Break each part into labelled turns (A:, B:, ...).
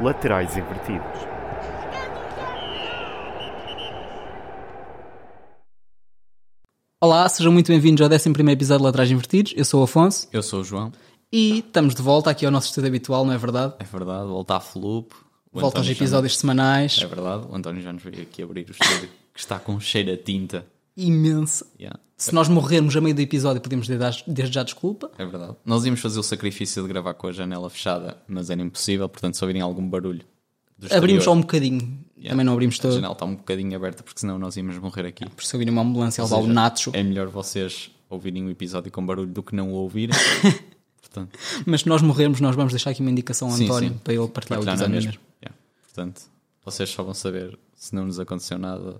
A: laterais invertidos.
B: Olá, sejam muito bem-vindos ao 11 episódio de Laterais Invertidos. Eu sou o Afonso
C: Eu sou o João,
B: e estamos de volta aqui ao nosso estúdio habitual, não é verdade?
C: é verdade, volta à Flup. o
B: Volta aos
C: António já-
B: episódios semanais.
C: É verdade, o António já nos veio aqui abrir o estúdio, que está com um cheiro a tinta.
B: Imenso.
C: Yeah,
B: Se nós morrermos a meio do episódio, podemos dar desde já desculpa.
C: é verdade. Nós íamos fazer o sacrifício de gravar com a janela fechada, mas era impossível, portanto, se ouvirem algum barulho. do
B: Abrimos só
C: exterior,
B: um bocadinho. É, Também não abrimos
C: A
B: todo.
C: janela está um bocadinho aberta, porque senão nós íamos morrer aqui.
B: Por se ouvir uma ambulância ou o
C: seja,
B: um Nacho.
C: É melhor vocês ouvirem o episódio com barulho do que não o ouvirem. portanto,
B: Mas se nós morrermos, nós vamos deixar aqui uma indicação ao
C: Sim,
B: António
C: sim.
B: para ele partilhar é o
C: partilhar é
B: episódio
C: na mesma.
B: mesmo.
C: Yeah, Portanto, vocês só vão saber se não nos aconteceu nada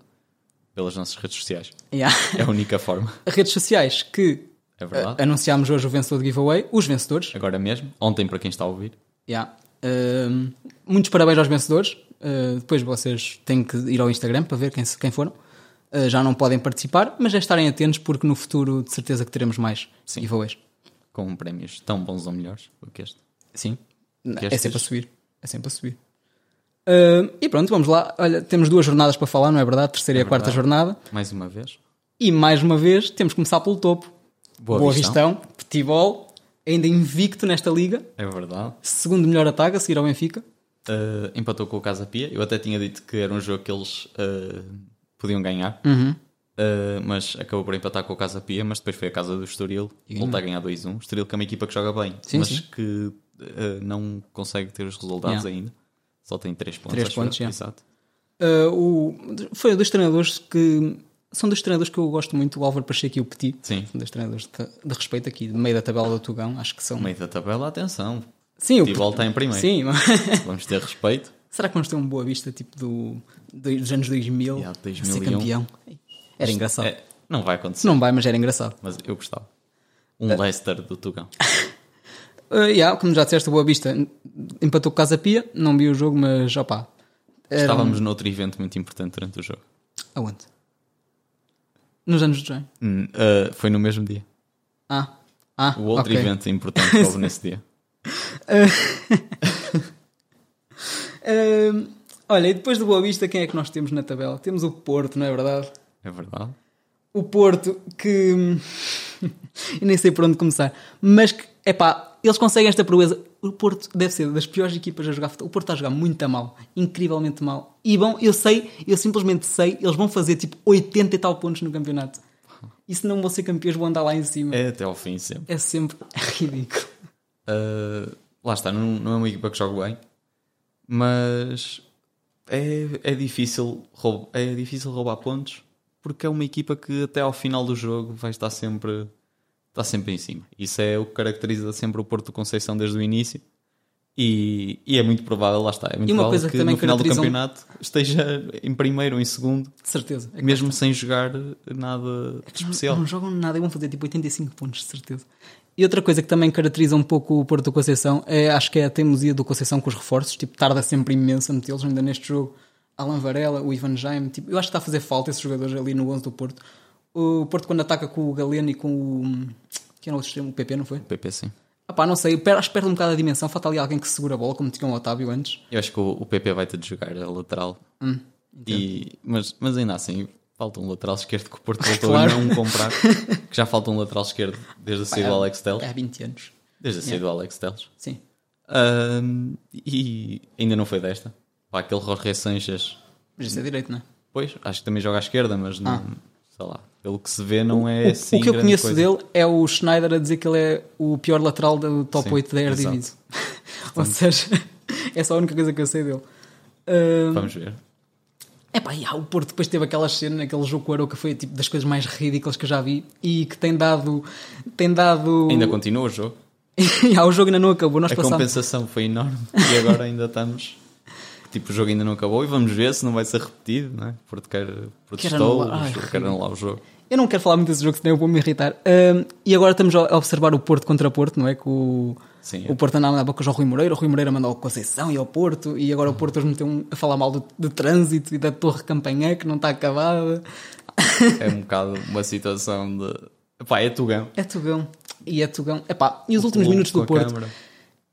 C: pelas nossas redes sociais.
B: Yeah.
C: É a única forma.
B: Redes sociais que
C: É
B: eh,
C: verdade.
B: anunciámos hoje o vencedor do giveaway, os vencedores.
C: Agora mesmo, ontem para quem está a ouvir.
B: Yeah. Ahm, muitos parabéns aos vencedores. Ah, depois vocês têm que ir ao Instagram para ver quem, se- quem foram. Ah, já não podem participar, mas é estarem atentos porque no futuro de certeza que teremos mais
C: Sim.
B: giveaways.
C: com prémios tão bons ou melhores do que este.
B: Sim. É
C: Estes-
B: sempre a subir. É sempre a subir. Ahm, e pronto, vamos lá. Olha, temos duas jornadas para falar, não é verdade? Terceira e a quarta jornada.
C: Mais uma vez.
B: E mais uma vez, temos que começar pelo topo.
C: Boa
B: Vistão, Petibol, ainda invicto nesta liga.
C: É verdade.
B: Segundo melhor ataque, a seguir ao Benfica.
C: Uh, empatou com o Casa Pia. Eu até tinha dito que era um jogo que eles uh, podiam ganhar.
B: Uhum.
C: Uh, mas acabou por empatar com o Casa Pia, mas depois foi a casa do Estoril. Volta a ganhar 2-1. Estoril que é uma equipa que joga bem,
B: Sim,
C: mas
B: sim.
C: que uh, não consegue ter os resultados
B: Yeah.
C: ainda. Só tem 3 pontos.
B: Três
C: acho eu.
B: pontos, yeah.
C: Exato.
B: Uh, o- foi um dos treinadores que são dos treinadores que eu gosto muito, o Álvaro Pacheco e o Petit.
C: Sim.
B: São dois treinadores de, de respeito aqui, de meio da tabela do Tugão, acho que são.
C: No meio da tabela, atenção.
B: Sim, o
C: Tibol está em primeiro.
B: Sim, mas-
C: Vamos ter respeito.
B: será que vamos ter uma boa vista tipo do, do- dos anos 2000?
C: Yeah,
B: a ser
C: 2001.
B: campeão. Era engraçado.
C: É, não vai acontecer.
B: Não vai, mas era engraçado.
C: Mas eu gostava. Um
B: É.
C: Leicester do Tugão.
B: Uh, yeah, como já disseste, o Boa Vista empatou com o Casa Pia, não vi o jogo, mas opá. Era um-
C: Estávamos noutro evento muito importante durante o jogo.
B: Aonde? Nos anos de João.
C: Hum, ah, foi no mesmo dia.
B: Ah, ah.
C: O outro
B: ok.
C: evento importante que houve nesse dia.
B: Ahm, olha, e depois do Boa Vista, quem é que nós temos na tabela? Temos o Porto, não é verdade?
C: É verdade.
B: O Porto que. hum, Eu nem sei por onde começar. Mas que, epá, eles conseguem esta proeza. O Porto deve ser das piores equipas a jogar futebol. O Porto está a jogar muito a mal. Incrivelmente mal. E bom, eu sei, eu simplesmente sei, eles vão fazer tipo 80 e tal pontos no campeonato. E se não vão ser campeões, vão andar lá em cima. É,
C: É até ao fim sempre.
B: sempre ridículo.
C: Ah, lá está, não, não é uma equipa que joga bem, mas é, é, difícil roub- é difícil roubar pontos porque é uma equipa que até ao final do jogo vai estar sempre, está sempre em cima. Isso é o que caracteriza sempre o Porto Conceição desde o início. E, e é muito provável, lá está, é muito
B: E uma
C: provável
B: coisa que
C: que,
B: também
C: no final do
B: caracteriza um-
C: campeonato esteja em primeiro ou em segundo,
B: De certeza. É que
C: mesmo sem jogar nada de especial.
B: Não jogam nada e vão fazer tipo 85 pontos, de certeza. E outra coisa que também caracteriza um pouco o Porto do Conceição é acho que é a teimosia do Conceição com os reforços, tipo, tarda sempre imenso a metê-los ainda neste jogo. Alan Varela, o Ivan Jaime, tipo, eu acho que está a fazer falta esses jogadores ali no 11 do Porto. O Porto quando ataca com o Galeno e com o. que era o outro extremo? O PP, não foi?
C: PP, sim.
B: Ah pá, não sei, per- acho que perde um bocado a dimensão, falta ali alguém que segura a bola, como tinha o Otávio antes.
C: Eu acho que o, o PP vai ter de jogar a lateral.
B: Hum,
C: e, mas, mas ainda assim, falta um lateral esquerdo que o Porto voltou
B: Claro. é um
C: a não comprar. que já falta um lateral esquerdo desde a saída do Alex Teles.
B: Há 20 anos.
C: Desde a saída do Alex Teles.
B: Sim.
C: Ahm, e ainda não foi desta. Pá, aquele Jorge Sanches,
B: Mas isso é direito, não é?
C: pois, acho que também joga à esquerda, mas não, sei lá, pelo que se vê, não é
B: Ah. O-
C: assim.
B: o que eu
C: grande
B: conheço
C: coisa.
B: dele é o Schneider a dizer que ele é o pior lateral do top
C: Sim,
B: 8 da Eredivisie. Ou seja, essa é a única coisa que eu sei dele. Ah,
C: Vamos ver.
B: epá, e, ah, o Porto depois teve aquela cena, aquele jogo com o Aroca, foi tipo das coisas mais ridículas que eu já vi e que tem dado. Tem dado.
C: Ainda continua o jogo.
B: e, ah, o jogo ainda não acabou, nós
C: A
B: passámos.
C: compensação foi enorme e agora ainda estamos. Tipo, o jogo ainda não acabou e vamos ver se não vai ser repetido, não é? Porque quer protestou,
B: anular. Ai,
C: quer anular o jogo.
B: Eu não quero falar muito desse jogo, senão eu vou me irritar. Ahm, e agora estamos a observar o Porto contra Porto, não é? Que o,
C: Sim,
B: o
C: é.
B: Porto andava na boca com o Rui Moreira, o Rui Moreira mandou ao Conceição e ao Porto, e agora o Porto hoje meteu um, a falar mal do, do trânsito e da Torre Campanhã, que não está acabada.
C: É um bocado uma situação de. Pá, é Tugão.
B: É Tugão. E é Tugão. Epá, e os últimos
C: Clube
B: minutos
C: com
B: do
C: a
B: Porto.
C: câmara.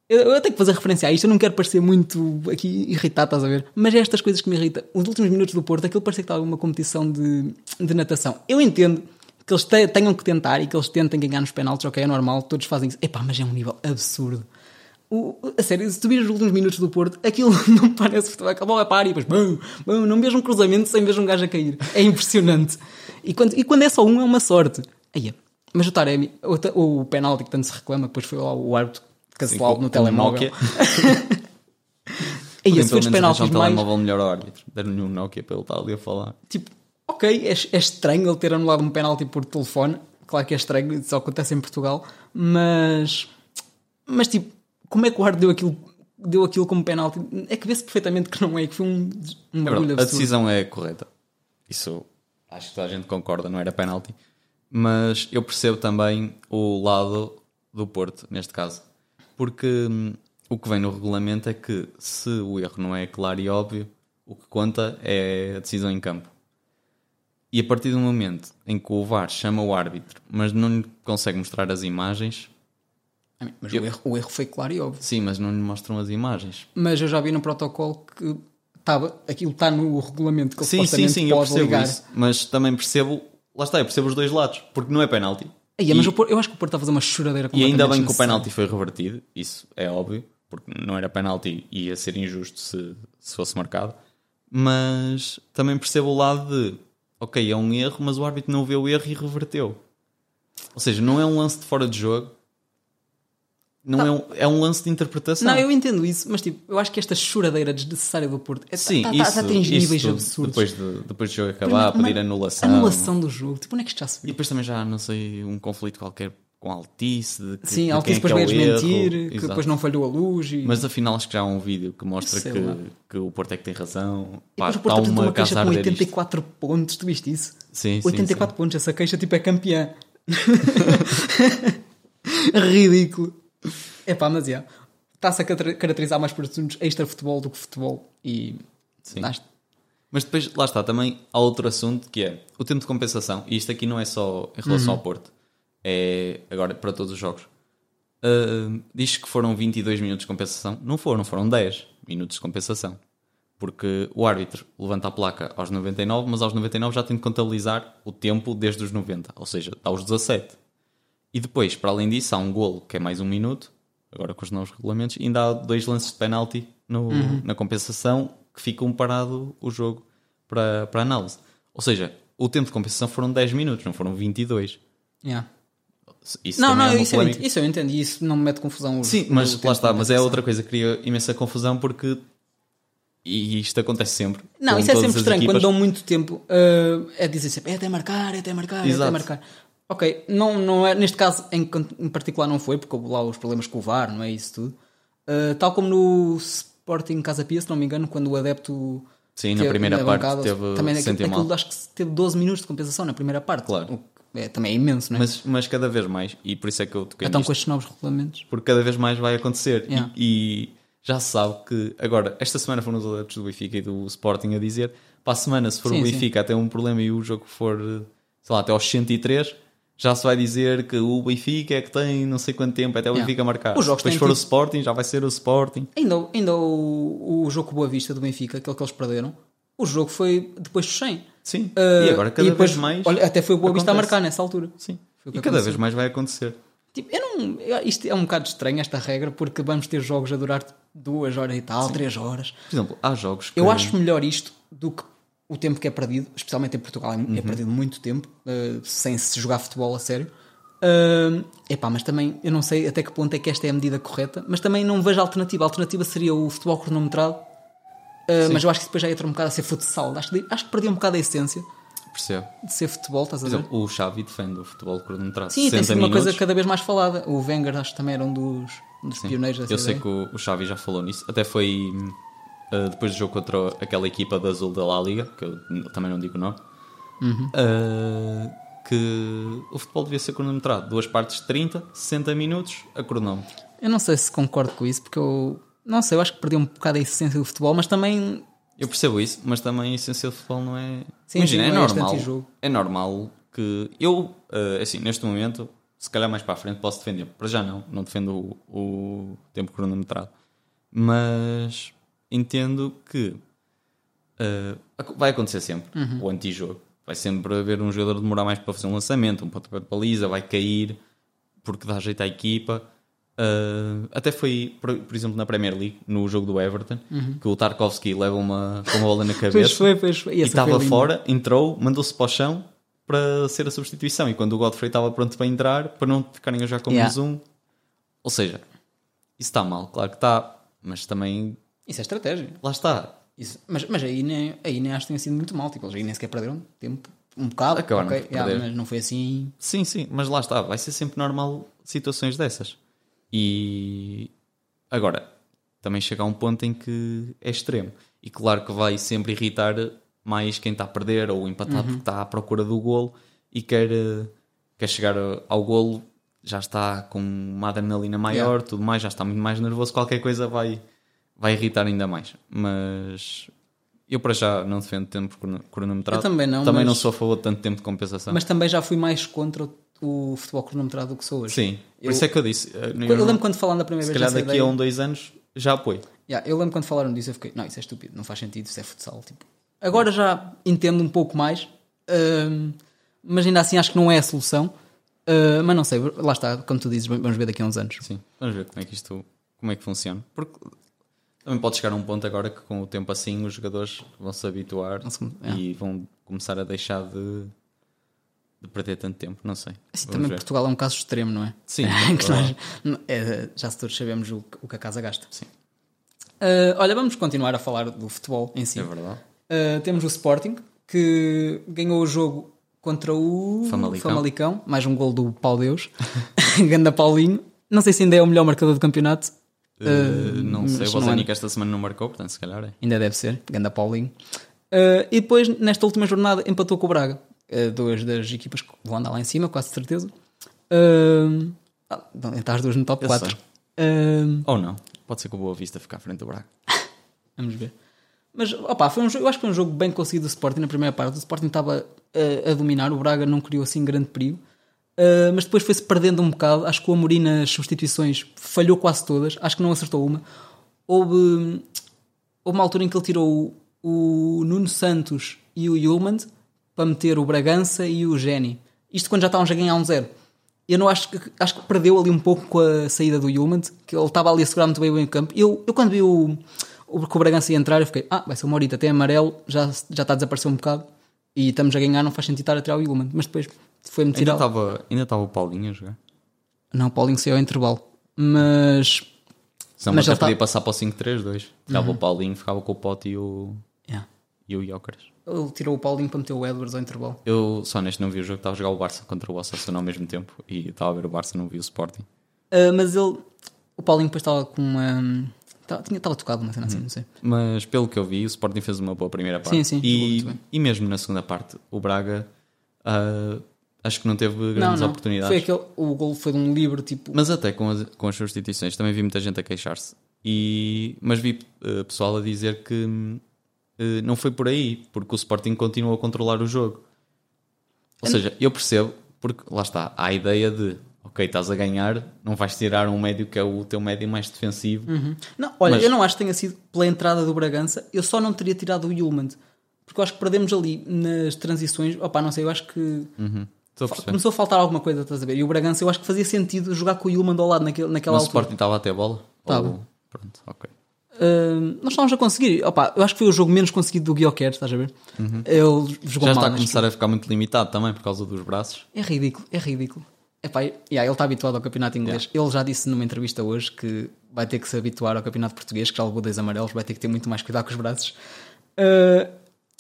B: Eh, Eu, eu tenho que fazer referência a isto, eu não quero parecer muito aqui irritado, estás a ver? Mas é estas coisas que me irritam. Os últimos minutos do Porto, aquilo parecia que estava uma competição de, de natação. Eu entendo que eles te- tenham que tentar e que eles tentem ganhar nos penaltis, ok, é normal, todos fazem isso. Epá, mas é um nível absurdo. O, a sério, se tu vires os últimos minutos do Porto, aquilo não parece futebol, a bola para e depois bum, bum, não vejo um cruzamento sem vejo um gajo a cair. É impressionante. E quando, e quando é só um, é uma sorte. Aí, mas o Taremi, o, ta- o penalti que tanto se reclama, depois foi lá o árbitro cancelado
C: com-
B: no
C: com o
B: telemóvel.
C: Nokia.
B: Aí,
C: Podiam,
B: se fores
C: pelo menos, arranjar
B: penaltis
C: um
B: mais,
C: telemóvel melhor ao árbitro. Deram-lhe um Nokia para ele estar ali a falar.
B: tipo, ok, é, é estranho ele ter anulado um penalti por telefone. Claro que é estranho, isso só acontece em Portugal, mas. Mas tipo, como é que o árbitro deu aquilo, deu aquilo como penalti? É que vê-se perfeitamente que não é, que foi um, um
C: É
B: barulho
C: verdade, a
B: absurdo.
C: decisão é correta. Isso acho que toda a gente concorda, não era penalti. Mas eu percebo também o lado do Porto, neste caso. Porque hum, o que vem no regulamento é que se o erro não é claro e óbvio, o que conta é a decisão em campo. E a partir do momento em que o VAR chama o árbitro, mas não lhe consegue mostrar as imagens,
B: Ah, Mas o erro, o erro foi claro e óbvio.
C: sim, mas não lhe mostram as imagens.
B: Mas eu já vi no protocolo que estava, aquilo está no regulamento que ele
C: Sim, sim,
B: supostamente
C: sim, eu
B: pode
C: percebo
B: ligar.
C: isso. Mas também percebo, lá está, eu percebo os dois lados, porque não é penalti.
B: Aí, mas o Porto- eu acho que o Porto está a fazer uma choradeira
C: E ainda bem que o
B: desnecessária.
C: penalti foi revertido, isso é óbvio, porque não era penalti e ia ser injusto se, se fosse marcado. Mas também percebo o lado de, ok, é um erro, mas o árbitro não vê o erro e reverteu. Ou seja, não é um lance de fora de jogo, não é, um, é um lance de interpretação.
B: Não, eu entendo isso, mas tipo, eu acho que esta choradeira desnecessária do Porto é,
C: Sim,
B: tá, tá,
C: isso,
B: tá, tem
C: isso
B: níveis
C: tudo,
B: absurdos.
C: Depois, de, depois do jogo acabar,
B: Uma-
C: pedir anulação.
B: Anulação do jogo. Tipo, onde é que isto já se
C: E
B: viu?
C: depois também já, não sei, um conflito qualquer com a Altice. De que, de
B: Sim,
C: quem
B: a Altice
C: é que
B: depois veio
C: é o erro.
B: desmentir, que
C: Exato.
B: depois não falhou a luz. E...
C: Mas afinal acho que já há um vídeo que mostra
B: Sei
C: que,
B: lá.
C: que o Porto é que tem razão.
B: E
C: Pá,
B: depois o
C: está
B: Porto apresentou
C: uma
B: uma queixa
C: casa a
B: com
C: arder isto.
B: 84 pontos, tu viste isso?
C: Sim, sim,
B: 84 pontos, essa queixa tipo é campeã. Ridículo. É pá, mas é. Está-se a catra- caracterizar mais por assuntos extra-futebol do que futebol. E.
C: Sim.
B: acho-
C: Mas depois, lá está, também há outro assunto que é o tempo de compensação. E isto aqui não é só em relação ao Porto. É agora para todos os jogos. Ah, diz que foram 22 minutos de compensação. Não foram, foram 10 minutos de compensação. Porque o árbitro levanta a placa aos 99, mas aos 99 já tem de contabilizar o tempo desde os 90. Ou seja, está aos 17. E depois, para além disso, há um golo que é mais um minuto, agora com os novos regulamentos, e ainda há dois lances de penalti no-
B: Uhum.
C: na compensação que ficam parado o jogo para, para análise. Ou seja, o tempo de compensação foram 10 minutos, não foram 22.
B: yeah.
C: Isso
B: Não,
C: também é
B: não,
C: uma
B: isso, eu
C: polémica.
B: entendo, isso eu entendo. E isso não me mete confusão. o-
C: Sim,
B: o
C: mas
B: tempo
C: lá está,
B: de
C: mas é
B: compensação.
C: outra coisa que cria imensa confusão porque. E isto acontece sempre.
B: Não,
C: com
B: isso é
C: todas
B: sempre
C: as
B: estranho.
C: equipas.
B: Quando dão muito tempo, uh, é dizer sempre é até marcar, é até marcar, é
C: Exato.
B: até marcar. Ok, não, não é, neste caso em, em particular não foi, porque houve lá os problemas com o VAR, não é isso tudo. Uh, tal como no Sporting Casa Pia, se não me engano, quando o adepto.
C: Sim, na
B: teve-
C: primeira parte teve-
B: Também
C: se sentiu
B: aquilo,
C: mal.
B: acho que se teve 12 minutos de compensação na primeira parte.
C: Claro.
B: O que é, também é imenso, não é?
C: Mas, mas cada vez mais, e por isso é que eu toquei
B: então
C: nisto.
B: com estes novos regulamentos.
C: porque cada vez mais vai acontecer. E-
B: Yeah.
C: E, já se sabe que. Agora, esta semana foram os adeptos do Benfica e do Sporting a dizer: para a semana, se for
B: Sim,
C: o
B: sim.
C: Benfica até um problema e o jogo for, sei lá, até aos 103. Já se vai dizer que o Benfica é que tem não sei quanto tempo até o
B: Yeah.
C: Benfica marcar.
B: Os jogos
C: Depois
B: têm
C: for o
B: tipo-
C: Sporting, já vai ser o Sporting.
B: Ainda, ainda o, o jogo com Boa Vista do Benfica, aquele que eles perderam, o jogo foi depois dos 100.
C: Sim.
B: Uh,
C: e agora cada
B: depois,
C: vez mais.
B: Olha, até foi o Boa Vista a
C: acontece.
B: marcar nessa altura.
C: Sim.
B: Foi o que
C: E cada
B: aconteceu.
C: vez mais vai acontecer.
B: Tipo, eu não. eu- isto é um bocado estranho, esta regra, porque vamos ter jogos a durar duas horas e tal, três horas.
C: Por exemplo, há jogos que.
B: Eu acho melhor isto do que o tempo que é perdido, especialmente em Portugal, é
C: Uhum.
B: perdido muito tempo, eh, sem se jogar futebol a sério. é epá, mas também eu não sei até que ponto é que esta é a medida correta, mas também não vejo alternativa. A alternativa seria o futebol cronometrado, eh, mas eu acho que depois já ia ter um bocado a ser futsal. Acho que, acho que perdi um bocado a essência
C: Percebo.
B: de ser futebol, estás a
C: Por
B: ver?
C: exemplo, o Xavi defende o futebol um cronometrado.
B: Sim, tem
C: 60
B: sido uma
C: minutos.
B: coisa cada vez mais falada. O Wenger acho que também era um dos, um dos
C: Sim.
B: pioneiros dessa
C: Eu sei
B: ideia.
C: que o, o Xavi já falou nisso. Até foi hum, uh, depois do jogo contra aquela equipa da Azul da La Liga, que eu n- também não digo o nome,
B: Uhum.
C: uh, que o futebol devia ser cronometrado. Duas partes de 30, 60 minutos a cronómetro.
B: Eu não sei se concordo com isso, porque eu não sei, eu acho que perdi um bocado a essência do futebol, mas também
C: Eu percebo isso, mas também a essência do futebol não é.
B: Sim,
C: Imagina,
B: sim,
C: é
B: não é este
C: normal.
B: antijogo.
C: É normal que eu, uh, assim, neste momento, se calhar mais para a frente posso defender. Para já não, não defendo o, o tempo cronometrado. Mas entendo que eh, ac- vai acontecer sempre
B: Uhum.
C: o antijogo. Vai sempre haver um jogador demorar mais para fazer um lançamento, um pontapé de baliza, vai cair porque dá jeito à equipa. Eh, até foi, por, por exemplo, na Premier League, no jogo do Everton, que o Tarkovsky leva uma, com uma bola na cabeça
B: Uhum. Pois foi, pois foi. E
C: e
B: essa foi
C: estava
B: linda.
C: fora, entrou, mandou-se para o chão para ser a substituição. E quando o Godfrey estava pronto para entrar, para não ficarem a jogar com
B: Yeah.
C: menos um. Ou seja, isso está mal, claro que está, mas também
B: Isso é estratégia.
C: lá está.
B: Isso. Mas, mas aí, nem, aí nem acho que tenha sido muito mal. Tipo, eles aí nem sequer perderam tempo. Um bocado.
C: Acabaram
B: ok,
C: por
B: yeah,
C: perder.
B: mas não foi assim.
C: Sim, sim, mas lá está, vai ser sempre normal situações dessas. E agora, também chega a um ponto em que é extremo. E claro que vai sempre irritar mais quem está a perder ou empatar
B: Uhum.
C: porque está à procura do golo e quer, eh, quer chegar ao golo, já está com uma adrenalina maior,
B: Yeah.
C: tudo mais, já está muito mais nervoso, qualquer coisa vai, vai irritar ainda mais. Mas eu para já não defendo tempo crono- cronometrado.
B: Eu também não,
C: Também
B: mas-
C: não sou a favor de tanto tempo de compensação.
B: Mas também já fui mais contra o, o futebol cronometrado do que sou hoje.
C: Sim, por
B: Eu-
C: isso é que eu disse. eh,
B: Eu,
C: eu não-
B: lembro quando falaram da primeira
C: se
B: vez
C: calhar
B: dessa
C: daqui
B: ideia.
C: a um, dois anos já apoio.
B: Yeah, eu lembro quando falaram disso, eu fiquei, não, isso é estúpido, não faz sentido, isso é futsal. Tipo. Agora já entendo um pouco mais, hum, mas ainda assim acho que não é a solução. Uh, mas não sei, lá está, como tu dizes, vamos ver daqui a uns anos.
C: Sim, vamos ver como é que isto como é que funciona. Porque também pode chegar a um ponto agora que com o tempo assim os jogadores vão se habituar
B: Vão se- é.
C: e vão começar a deixar de, de perder tanto tempo. Não sei.
B: Assim,
C: Vamos
B: também
C: ver.
B: Portugal é um caso extremo, não é?
C: Sim,
B: Em que
C: claro.
B: nós- é, já se todos sabemos o, que- o que a casa gasta.
C: Sim.
B: Uh, olha, vamos continuar a falar do futebol em si.
C: É verdade.
B: Uh, temos o Sporting, que ganhou o jogo contra o
C: Famalicão.
B: Mais um gol do Paulo Deus. Ganda Paulinho. Não sei se ainda é o melhor marcador do campeonato.
C: Eh, não
B: mas
C: sei, o
B: não é-
C: Bozanic esta semana não marcou, portanto, se calhar é.
B: Ainda deve ser. Ganda Paulinho. Uh, e depois, nesta última jornada, empatou com o Braga. Uh, duas das equipas que vão andar lá em cima, quase certeza. Uh, ah, vão entrar as duas no top Eh,
C: Eu
B: 4.
C: sei. Ou não. Pode ser que o Boa Vista fique à frente do Braga.
B: Vamos ver. Mas, opá, foi um jogo, eu acho que foi um jogo bem conseguido do Sporting na primeira parte. O Sporting estava eh, a dominar, o Braga não criou assim grande perigo. Eh, mas depois foi-se perdendo um bocado. Acho que o Amorim nas substituições falhou quase todas. Acho que não acertou uma. Houve, hum, houve uma altura em que ele tirou o, o Nuno Santos e o Yulmand para meter o Bragança e o Geni. Isto quando já estávamos a ganhar um zero. Eu não acho que, acho que perdeu ali um pouco com a saída do Yulmand, que ele estava ali a segurar muito bem o meio campo. Eu, eu quando vi o, o, que o Bragança ia entrar, eu fiquei, ah, vai ser o Morita, tem amarelo, já, já está a desaparecer um bocado e estamos a ganhar, não faz sentido estar a tirar o Yulmand. Mas depois foi-me
C: Ainda
B: tirar.
C: estava ainda estava o Paulinho a jogar.
B: Não, o Paulinho saiu ao intervalo. Mas.
C: Senão
B: Mas
C: até
B: ele tá- Uhum.
C: podia passar para o 5-3-2. Tirava o Paulinho, ficava com o Pote e o,
B: yeah.
C: e o Jóqueres.
B: Ele tirou o Paulinho para meter o Edwards ao intervalo.
C: Eu só neste não vi o jogo, estava a jogar o Barça contra o Osasuna ao mesmo tempo e estava a ver o Barça, não vi o Sporting.
B: Ah, mas ele. O Paulinho depois estava com uma. Estava, tinha, estava tocado uma cena assim,
C: Uhum.
B: não sei.
C: Mas pelo que eu vi, o Sporting fez uma boa primeira parte.
B: Sim, sim, jogou muito
C: e,
B: bem.
C: e mesmo na segunda parte, o Braga ah, acho que não teve
B: Não,
C: grandes
B: não.
C: oportunidades.
B: Foi aquele, o gol foi de um livro tipo.
C: Mas até com as, com as substituições também vi muita gente a queixar-se. E, mas vi eh, pessoal a dizer que hum, eh, não foi por aí, porque o Sporting continuou a controlar o jogo. Ou seja, eu percebo, porque lá está, há a ideia de ok, estás a ganhar, não vais tirar um médio que é o teu médio mais defensivo.
B: Não, olha,
C: Mas-
B: eu não acho que tenha sido pela entrada do Bragança, eu só não teria tirado o Yulman. Porque eu acho que perdemos ali nas transições. Opá, não sei, eu acho que.
C: Uhum, Estou a
B: fa-
C: perceber.
B: Começou a faltar alguma coisa, estás a ver? E o Bragança, eu acho que fazia sentido jogar com o Yulman ao lado naquele, naquela
C: Mas o
B: altura.
C: Sporting estava até a bola?
B: Estava.
C: Ou- Pronto, ok.
B: Hum, nós estávamos a conseguir. Opá, eu acho que foi o jogo menos conseguido do Guioquer, estás a ver? Ele jogou mal.
C: Uhum. Já está a
B: neste
C: começar a ficar muito limitado também por causa dos braços.
B: É ridículo, é ridículo. Epá, e- yeah, ele está habituado ao campeonato inglês. Ele já disse numa entrevista hoje que vai ter que se habituar ao campeonato português, que já levou dois amarelos, vai ter que ter muito mais cuidado com os braços. Uh,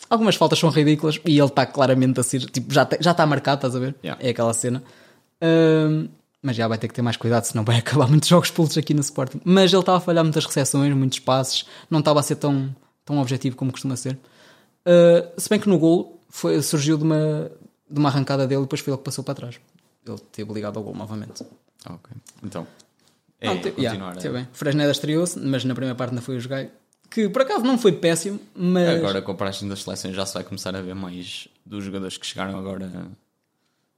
B: algumas faltas são ridículas e ele está claramente a ser. Tipo, já, te- já está marcado, estás a ver?
C: Yeah.
B: É aquela cena. Uh, mas já vai ter que ter mais cuidado, senão vai acabar muitos jogos pulos aqui no Sporting. Mas ele estava a falhar muitas recepções, muitos passes, não estava a ser tão, tão objetivo como costuma ser. Uh, se bem que no gol foi, surgiu de uma, de uma arrancada dele e depois foi ele que passou para trás. Ele teve ligado ao gol novamente.
C: Ok. Então, é
B: Não, te-
C: continuar.
B: yeah,
C: a-
B: teve bem. Fresneda estreou-se, mas na primeira parte ainda foi o jogar. Que por acaso não foi péssimo, mas.
C: É, Agora, com a paragem das seleções,
B: Ah,
C: já se vai começar a ver mais dos jogadores que chegaram agora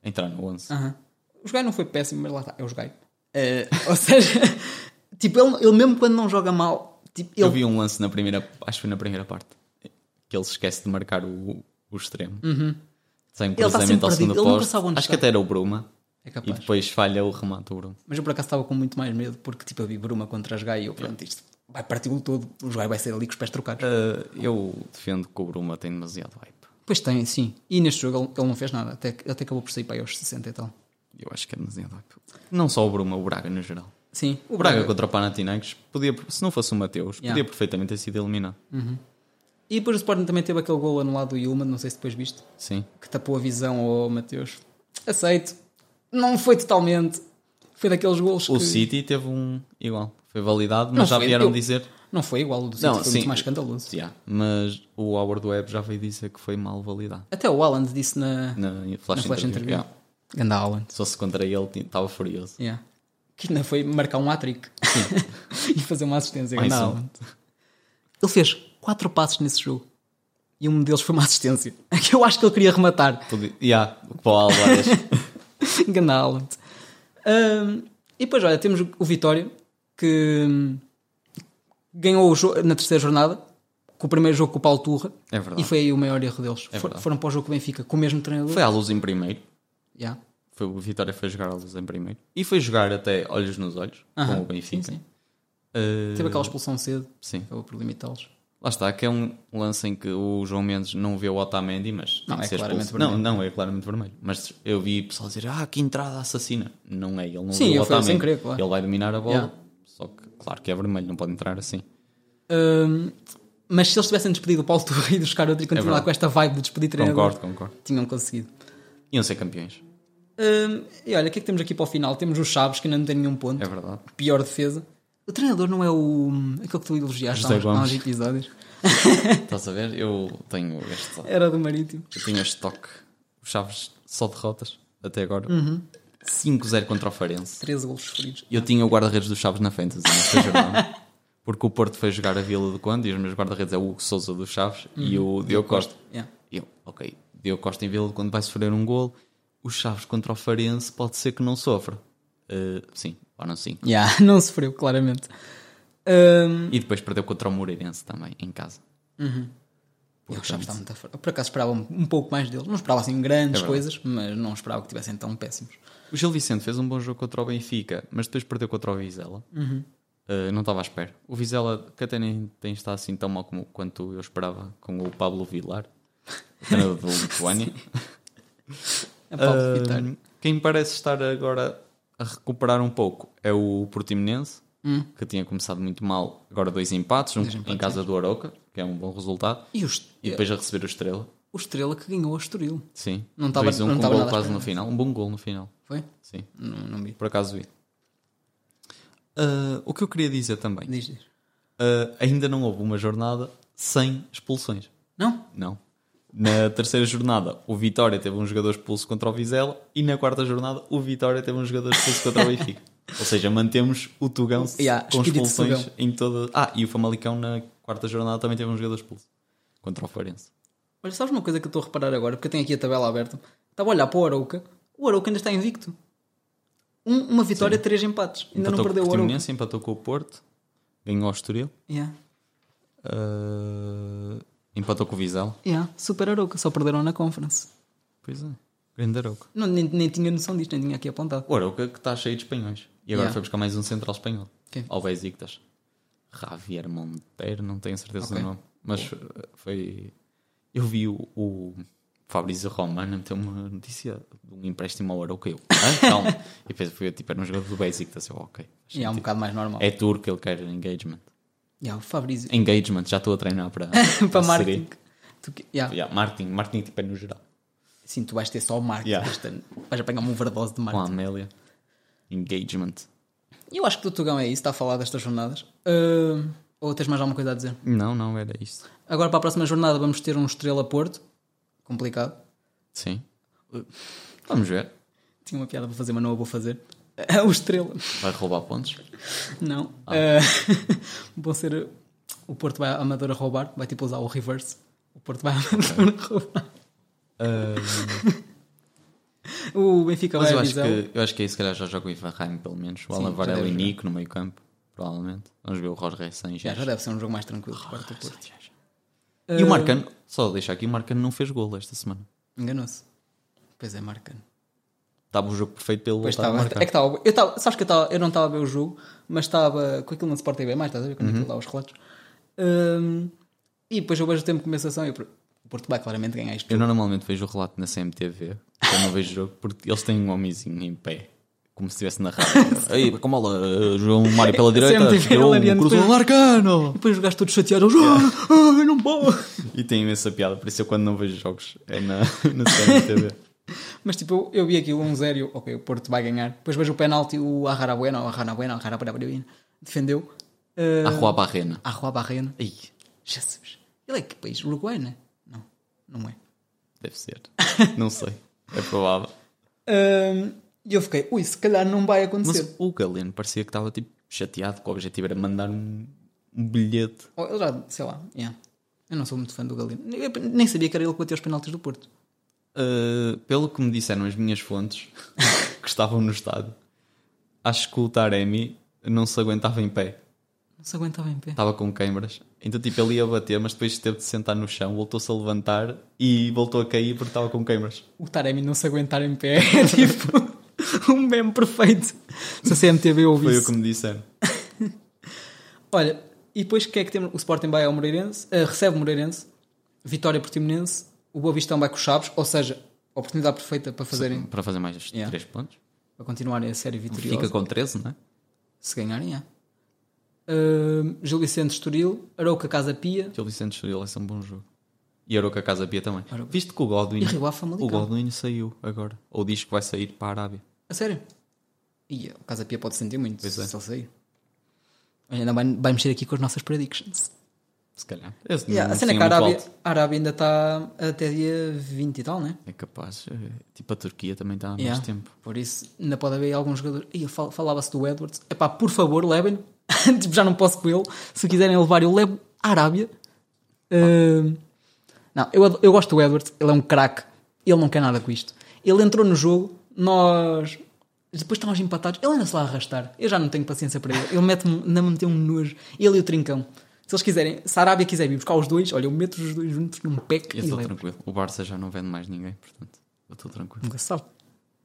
C: a entrar no 11.
B: Aham. O Jogai não foi péssimo, mas lá está, é o Jogai. Eh, ou seja, tipo, ele, ele mesmo quando não joga mal, tipo,
C: Eu
B: ele,
C: vi um lance na primeira, acho que foi na primeira parte, que ele se esquece de marcar o, o extremo. Sem
B: tá
C: cruzamento
B: sempre
C: ao segundo
B: perdido, ele nunca sabe
C: posto.
B: onde
C: Acho que
B: está.
C: até era o Bruma.
B: é
C: E
B: capaz.
C: depois falha o remate o Bruma.
B: Mas eu por acaso estava com muito mais medo, porque tipo, eu vi Bruma contra Jogai e eu, pronto, isto vai partir o todo, o Jogai vai sair ali com os pés trocados.
C: Ah, eu defendo que o Bruma tem demasiado hype.
B: Pois tem, sim. E neste jogo ele, ele não fez nada, até, até acabou por sair para aí aos 60 e tal.
C: Eu acho que é demasiado hype. Não só o Bruma, o Braga no geral.
B: Sim,
C: O Braga contra o Panathinaikos, podia, se não fosse o Mateus,
B: Uhum. Yeah. Uhum.
C: podia perfeitamente ter sido eliminado.
B: E depois o Sporting também teve aquele gol anulado do Yulman, não sei se depois viste,
C: Sim.
B: que tapou a visão ao Mateus. Aceito. Não foi totalmente. Foi daqueles golos
C: O
B: que...
C: City teve um igual. Foi validado, mas
B: Não
C: já
B: foi,
C: vieram
B: eu-
C: dizer.
B: Não foi igual o do City,
C: Não,
B: foi
C: sim.
B: muito mais escandaloso.
C: Yeah, mas o Howard Webb já veio dizer que foi mal validado.
B: Até o Haaland disse na,
C: Na flash,
B: na flash
C: interview.
B: interview.
C: Yeah.
B: Ganda Haaland.
C: Se fosse contra ele, tinha- estava furioso.
B: Yeah. Que ainda foi marcar um hat-trick e fazer uma assistência.
C: Mais
B: Ganda
C: um.
B: Haaland. Ele fez quatro passos nesse jogo e um deles foi uma assistência É que eu acho que ele queria rematar.
C: Podia... Yeah, para o Alvarez.
B: Ganda Haaland. Hum, e depois, olha, temos o Vitória, que hum, ganhou o jogo na terceira jornada, com o primeiro jogo com o Paulo Turra.
C: É verdade. É
B: E foi aí o maior erro deles. For-
C: verdade.
B: foram para o jogo com o Benfica, com o mesmo treinador.
C: foi à luz em primeiro.
B: Yeah.
C: Foi, o Vitória foi jogar à luz em primeiro. E foi jogar até olhos nos olhos
B: Aham.
C: com o Benfica.
B: Sim, sim.
C: Ah,
B: Teve aquela expulsão cedo,
C: sim.
B: acabou por limitá-los.
C: Lá está, que é um lance em que o João Mendes não vê o Otamendi, mas tem
B: Não,
C: que
B: é
C: ser
B: claramente
C: expulso.
B: vermelho.
C: Não, não é claramente vermelho. Mas eu vi pessoal dizer, ah, que entrada assassina. Não é, ele não
B: Sim,
C: viu o
B: eu fui sem
C: Otamendi.
B: querer, claro.
C: Ele vai dominar a bola,
B: Yeah.
C: só que claro que é vermelho, não pode entrar assim.
B: Hum, mas se eles tivessem despedido o Paulo Turra e buscar outro e continuar
C: É verdade.
B: com esta vibe de despedir treinador,
C: Concordo, concordo.
B: tinham conseguido.
C: Iam ser campeões,
B: Hum, e olha, o que é que temos aqui para o final? Temos o Chaves, que ainda não tem nenhum ponto.
C: é verdade.
B: pior defesa. O treinador não é o aquele que tu elogiaste há
C: José
B: uns, há
C: Gomes.
B: uns episódios.
C: Estás a ver? Eu tenho este,
B: Era do Marítimo.
C: eu tenho este toque. O Chaves só derrotas até agora.
B: Uhum.
C: 5-0 contra o Farense.
B: 13 golos sofridos.
C: Eu tinha o guarda-redes dos Chaves na Fantasy, nesta jornada. Porque o Porto foi jogar a Vila do Conde e os meus guarda-redes é o Hugo Souza dos Chaves Uhum. e o Diogo Costa.
B: Yeah.
C: E Eu, ok, Diogo Costa em Vila do Conde vai sofrer um golo. O Chaves contra o Farense pode ser que não sofra. Eh, sim, ou não sim.
B: Yeah, não sofreu, claramente. Hum,
C: E depois perdeu contra o Moreirense também, em casa.
B: eu já estava muito afora. Por acaso esperava um, um pouco mais deles. Não esperava assim grandes
C: É verdade.
B: coisas, mas não esperava que tivessem tão péssimos.
C: O Gil Vicente fez um bom jogo contra o Benfica, mas depois perdeu contra o Vizela. Eh, não estava à espera. O Vizela, que até nem tem estado assim tão mal como, quanto eu esperava, com o Pablo Vilar, treinador do Lituânia.
B: A Paulo
C: Ah,
B: É Vitória.
C: Quem parece estar agora a recuperar um pouco é o Portimonense,
B: Hum.
C: que tinha começado muito mal, agora dois empates, um em casa do Aroca, que é um bom resultado,
B: E o, Est-
C: e depois a receber o Estrela.
B: o Estrela que ganhou o Estoril.
C: Sim,
B: Não estava-
C: 2-1
B: não
C: com um
B: estava
C: gol
B: nada à
C: quase no
B: espera.
C: final, um bom gol no final.
B: Foi?
C: Sim,
B: Não, não vi.
C: por acaso vi. Ah, o que eu queria dizer também,
B: Diz, diz.
C: ah, ainda não houve uma jornada sem expulsões.
B: Não?
C: Não. Na terceira jornada, o Vitória teve um jogador expulso contra o Vizela e na quarta jornada, o Vitória teve um jogador expulso contra o Benfica. Ou seja, mantemos o Tugão
B: Yeah,
C: com
B: espírito
C: expulsões
B: Tugão.
C: em toda. Ah, e o Famalicão na quarta jornada também teve um jogador expulso contra o Farense.
B: Olha, sabes uma coisa que eu estou a reparar agora? Porque eu tenho aqui a tabela aberta. Estava a olhar para o Arauca. O Arauca ainda está invicto. Um- uma vitória, três empates. Ainda não
C: Empatou
B: perdeu
C: com
B: o
C: o
B: Arauca.
C: Portimonense, empatou com o Porto, ganhou o Estoril,
B: Yeah.
C: ah, empatou com o Vizela.
B: Yeah, super Aroca, só perderam na conference.
C: Pois é, grande Arauca.
B: Não, nem, nem tinha noção disto, nem tinha aqui apontado.
C: O Arauca que está cheio de espanhóis. E agora
B: Yeah.
C: foi buscar mais um central espanhol.
B: Quem?
C: Ao Besiktas. Javier Monteiro, não tenho certeza
B: Ok. Oh.
C: do nome. Mas uh, foi... Eu vi o, o Fabrício Romano ter uma notícia de um empréstimo ao Arauca. Eu, ah, calma. e depois foi tipo, era um jogador do Besiktas. Eu, ok.
B: E é um bocado mais normal.
C: É turco, ele quer engagement.
B: Yeah, o Fabrício.
C: Engagement, já estou a treinar para...
B: para
C: seguir.
B: marketing. Tu, que- yeah.
C: um Yeah, marketing, marketing tipo é no geral.
B: Sim, tu vais ter só o marketing
C: Yeah.
B: este ano. Vais apanhar uma overdose de
C: Com a
B: marketing.
C: Amélia. Engagement.
B: E Eu acho que o Tugão é isso, está a falar destas jornadas. Ah, ou tens mais alguma coisa a dizer?
C: Não, não, era isso.
B: Agora para a próxima jornada vamos ter um Estrela Porto. Complicado.
C: Sim. Vamos ver.
B: Tinha uma piada para fazer, mas não a vou fazer. É o Estrela.
C: Vai roubar pontos?
B: Não. Ah, vão ser. O Porto vai à Amadora roubar, vai tipo usar o reverse. O Porto vai à Amadora roubar. O Benfica
C: Mas
B: vai
C: eu acho,
B: avisar.
C: que, eu acho que aí se calhar já joga o Ivarheim, pelo menos. O Alan
B: já
C: Varela
B: deve
C: e
B: jogar.
C: Nico no meio campo, provavelmente. Vamos ver o Roger sem
B: Já,
C: já.
B: já Eh, deve ser um jogo mais tranquilo por parte do Porto.
C: E o Marcano, só deixar aqui, o Marcano não fez gol esta semana.
B: Enganou-se. Pois é, Marcano.
C: Estava o jogo perfeito pelo
B: Pois
C: voltar a
B: estava. É
C: marcar.
B: que estava. Eu estava. Sabes que eu, estava, eu não estava a ver o jogo, mas estava com aquilo na Sport TV, mais estás a ver
C: Uhum.
B: quando aquilo dá os relatos. Hum, e depois eu vejo o tempo de compensação e eu, o Porto vai claramente ganhar isto.
C: Eu normalmente vejo o relato na CMTV, eu não vejo o jogo, porque eles têm um homizinho em pé, como se estivesse na rádio. Aí, como ela, João Mário pela direita,
B: CMTV
C: chegou um
B: hilariante,
C: cruzou
B: pois.
C: Marcano!
B: E depois os gajos todos chateados. Ah, ah, eu não posso.
C: E tem imensa piada, por isso eu quando não vejo jogos é na, na CMTV.
B: Mas tipo, eu, eu vi aquilo 1-0 e eu, ok, o Porto vai ganhar. Depois vejo o penalti, o Arrarabuena, o Arrarabuena, o Arrarabuena, defendeu.
C: A
B: Uh,
C: Rua Barrena.
B: Arroa Barrena.
C: Ai,
B: Jesus. Ele é que país? Uruguai, né? Não, não é.
C: deve ser. Não sei. É provável.
B: Hum, E eu fiquei, ui, se calhar não vai
C: Mas
B: acontecer.
C: o Galeno parecia que estava tipo chateado, que o objetivo era mandar um, um bilhete.
B: Ou ele já, sei lá, yeah. eu não sou muito fã do Galino. Eu nem sabia que era ele que bateu os penaltis do Porto.
C: Uh, pelo que me disseram as minhas fontes, que estavam no estádio, acho que o Taremi não se aguentava em pé.
B: Não se aguentava em pé.
C: Estava com queimbras. Então, tipo, ele ia bater, mas depois teve de sentar no chão, voltou-se a levantar e voltou a cair porque estava com queimbras.
B: O Taremi não se aguentar em pé é tipo um meme perfeito. Se a CMTV ouvisse.
C: Foi o que me disseram.
B: Olha, e depois o que é que temos? O Sporting vai ao Moreirense, eh, recebe o Moreirense, vitória Portimonense, o Boa Vistão vai com os Chaves, ou seja, a oportunidade perfeita para fazerem,
C: Para fazer mais 3
B: Yeah.
C: pontos.
B: para continuarem a série vitoriosa.
C: Fica com 13, não é?
B: Se ganharem, é. Ahm, Gil Vicente Estoril, Arauca Casa Pia,
C: Gil Vicente Estoril é sempre um bom jogo. E Aroca Casa Pia também.
B: Aroca.
C: Viste que o Godwin.
B: E Rio Ave
C: o
B: Famalicão.
C: Godwin saiu agora. Ou diz que vai sair para a Arábia.
B: A sério? E o Casa Pia pode sentir muito
C: Pois
B: se
C: é.
B: ele sair. Olha, ainda vai, vai mexer aqui com as nossas predictions.
C: Se calhar. Esse
B: Yeah, a
C: não
B: cena é
C: tinha
B: que a
C: muito
B: Arábia,
C: alto.
B: a Arábia ainda está até dia 20 e tal, né?
C: É capaz. eh, Tipo, a Turquia também está há
B: Yeah.
C: mais tempo.
B: Por isso, ainda pode haver alguns jogadores. Ia, fal- falava-se do Edwards. Epá, por favor, levem-no. tipo, já não posso com ele. Se quiserem levar, eu levo à Arábia. Ahm, não, eu, ado- eu gosto do Edwards. Ele é um craque. Ele não quer nada com isto. Ele entrou no jogo. Nós. Depois estávamos empatados. Ele anda-se lá a arrastar. Eu já não tenho paciência para ele. Ele mete-me, ainda me meteu um nojo. Ele e o Trincão. Se eles quiserem, se a Arábia quiser vir buscar os dois, olha, eu meto os dois juntos num pack
C: Eu
B: e
C: estou
B: levo.
C: tranquilo. O Barça já não vende mais ninguém, portanto. Eu estou tranquilo.
B: Nunca se sabe.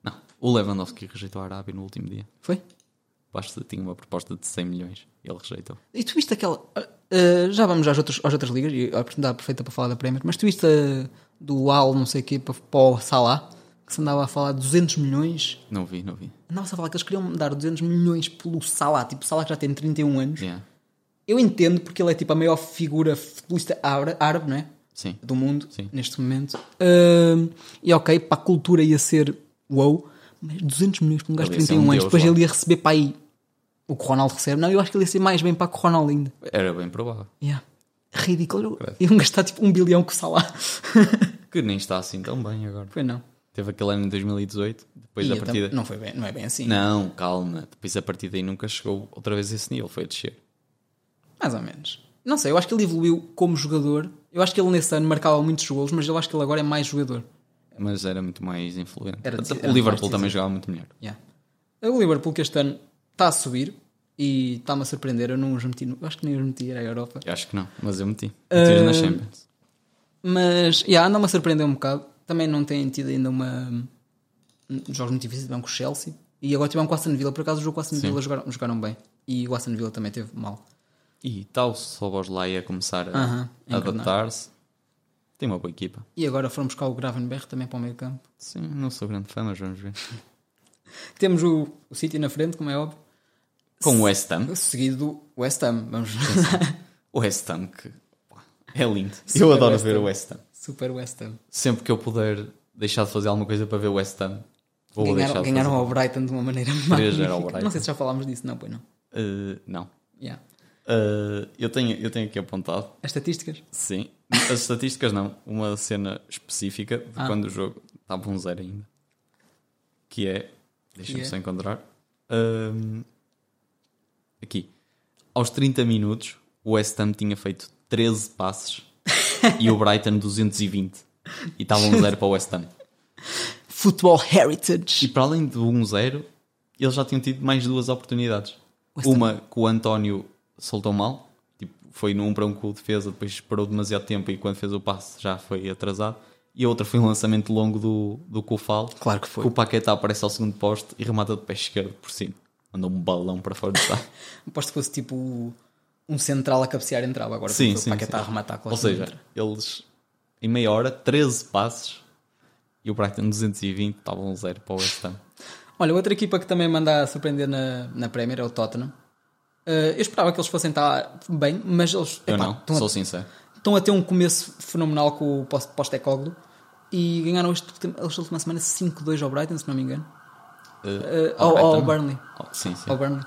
C: Não. O Lewandowski rejeitou a Arábia no último dia.
B: Foi?
C: Basta tinha uma proposta de 100 milhões. Ele rejeitou.
B: E tu viste aquela. ah, ah, já vamos às outras, às outras ligas, e a oportunidade perfeita para falar da Premier, mas tu viste a do Al, não sei o quê, para, para o Salah, que se andava a falar 200 milhões.
C: Não vi, não vi.
B: Andava-se a falar que eles queriam dar 200 milhões pelo Salah, tipo, o Salah que já tem 31 anos.
C: Yeah.
B: Eu entendo porque ele é tipo a maior figura futebolista ára- árabe, não é?
C: Sim.
B: Do mundo,
C: Sim.
B: neste momento. Ah, e ok, para a cultura ia ser wow, mas 200 milhões para um gajo de
C: Ele ia ser um
B: 31 anos,
C: deus
B: depois
C: lá.
B: ele ia receber para aí o que o Ronaldo recebe. Não, eu acho que ele ia ser mais bem para que o Ronaldo ainda.
C: Era bem provável.
B: Yeah. Ridículo. Iam gastar tipo um bilhão com o salário.
C: Que nem está assim tão bem agora.
B: Foi não.
C: Teve aquele ano em 2018. Depois
B: E
C: da
B: eu tam-
C: partida.
B: Não, foi bem, não é bem assim.
C: Não, calma. Depois a partir daí nunca chegou outra vez a esse nível. Foi a descer.
B: Mais ou menos. Não sei, eu acho que ele evoluiu como jogador. Eu acho que ele nesse ano marcava muitos golos, mas eu acho que ele agora é mais jogador.
C: Mas era muito mais influente.
B: Era
C: Até
B: deci-
C: o
B: era
C: Liverpool
B: mais
C: também jogava muito melhor.
B: Yeah. O Liverpool que este ano está a subir e está-me a surpreender. Eu não os meti, no- eu acho que nem os meti, era a Europa.
C: Eu acho que não, mas eu meti.
B: Ah,
C: Metiram na Champions.
B: Mas, yeah, anda-me a surpreender um bocado. Também não têm tido ainda uma. um, Jogos muito difíceis, tiveram com o Chelsea. E agora tiveram com o Aston Villa. Por acaso, o jogo com o Aston Villa jogaram, jogaram bem. E o Aston Villa também teve mal.
C: E tal, só o Bosley a começar a
B: Aham,
C: a adaptar-se. Tem uma boa equipa.
B: E agora foram buscar o Gravenberg também para o meio campo.
C: Sim, não sou grande fã, mas vamos ver.
B: Temos o, o City na frente, como é óbvio.
C: Com o West Ham.
B: Seguido do West Ham. Vamos
C: O West Ham que pá, é lindo. eu
B: Super
C: adoro
B: West
C: ver
B: Ham.
C: o West Ham.
B: Super West Ham.
C: Sempre que eu puder deixar de fazer alguma coisa para ver o West Ham, vou deixar
B: Ganharam,
C: de
B: ganharam ao Brighton de uma maneira
C: zero ao
B: magnífica.
C: Brighton.
B: Não sei se já falámos disso, não, pois não. um
C: fazer. Eh, não.
B: Yeah.
C: Eh, eu, tenho, eu tenho aqui apontado
B: As estatísticas?
C: Sim. As estatísticas não. Uma cena específica de
B: Ah.
C: quando o jogo estava um zero ainda. Que é. Deixa-me
B: Que é?
C: só encontrar. Ahm, aqui. Aos 30 minutos, o West Ham tinha feito 13 passes e o Brighton 220. E estava um zero para o West Ham.
B: Football
C: E
B: Heritage.
C: Tipo, para além do 1-0, eles já tinham tido mais duas oportunidades.
B: West Ham.
C: Uma que o António soltou mal, tipo, foi no 1 para 1 com o defesa, depois esperou demasiado tempo e quando fez o passe já foi atrasado. E a outra foi um lançamento longo do, do Cofal.
B: Claro que foi.
C: Que o Paquetá aparece ao segundo poste e remata de pé esquerdo por cima. Mandou um balão para fora do estádio.
B: Aposto que fosse tipo um central a cabecear entrava agora.
C: sim,
B: porque
C: sim.
B: O Paquetá
C: sim.
B: a rematar claro
C: Ou
B: que
C: seja,
B: entra.
C: eles em meia hora, 13 passes e o Brighton 220, estavam um 0 para o West Ham.
B: Olha, outra equipa que também manda a surpreender na, na Premier é o Tottenham. Eh, eu esperava que eles fossem estar bem, mas eles
C: Eu
B: epá,
C: não,
B: estão,
C: sou
B: a,
C: sincero.
B: estão a ter um começo fenomenal com o Post- Postecoglou e ganharam este, ultim- esta última semana 5-2 ao Brighton, se não me engano.
C: Eh,
B: ao-
C: Brighton.
B: ao Burnley.
C: Oh, sim, sim.
B: Ao Burnley.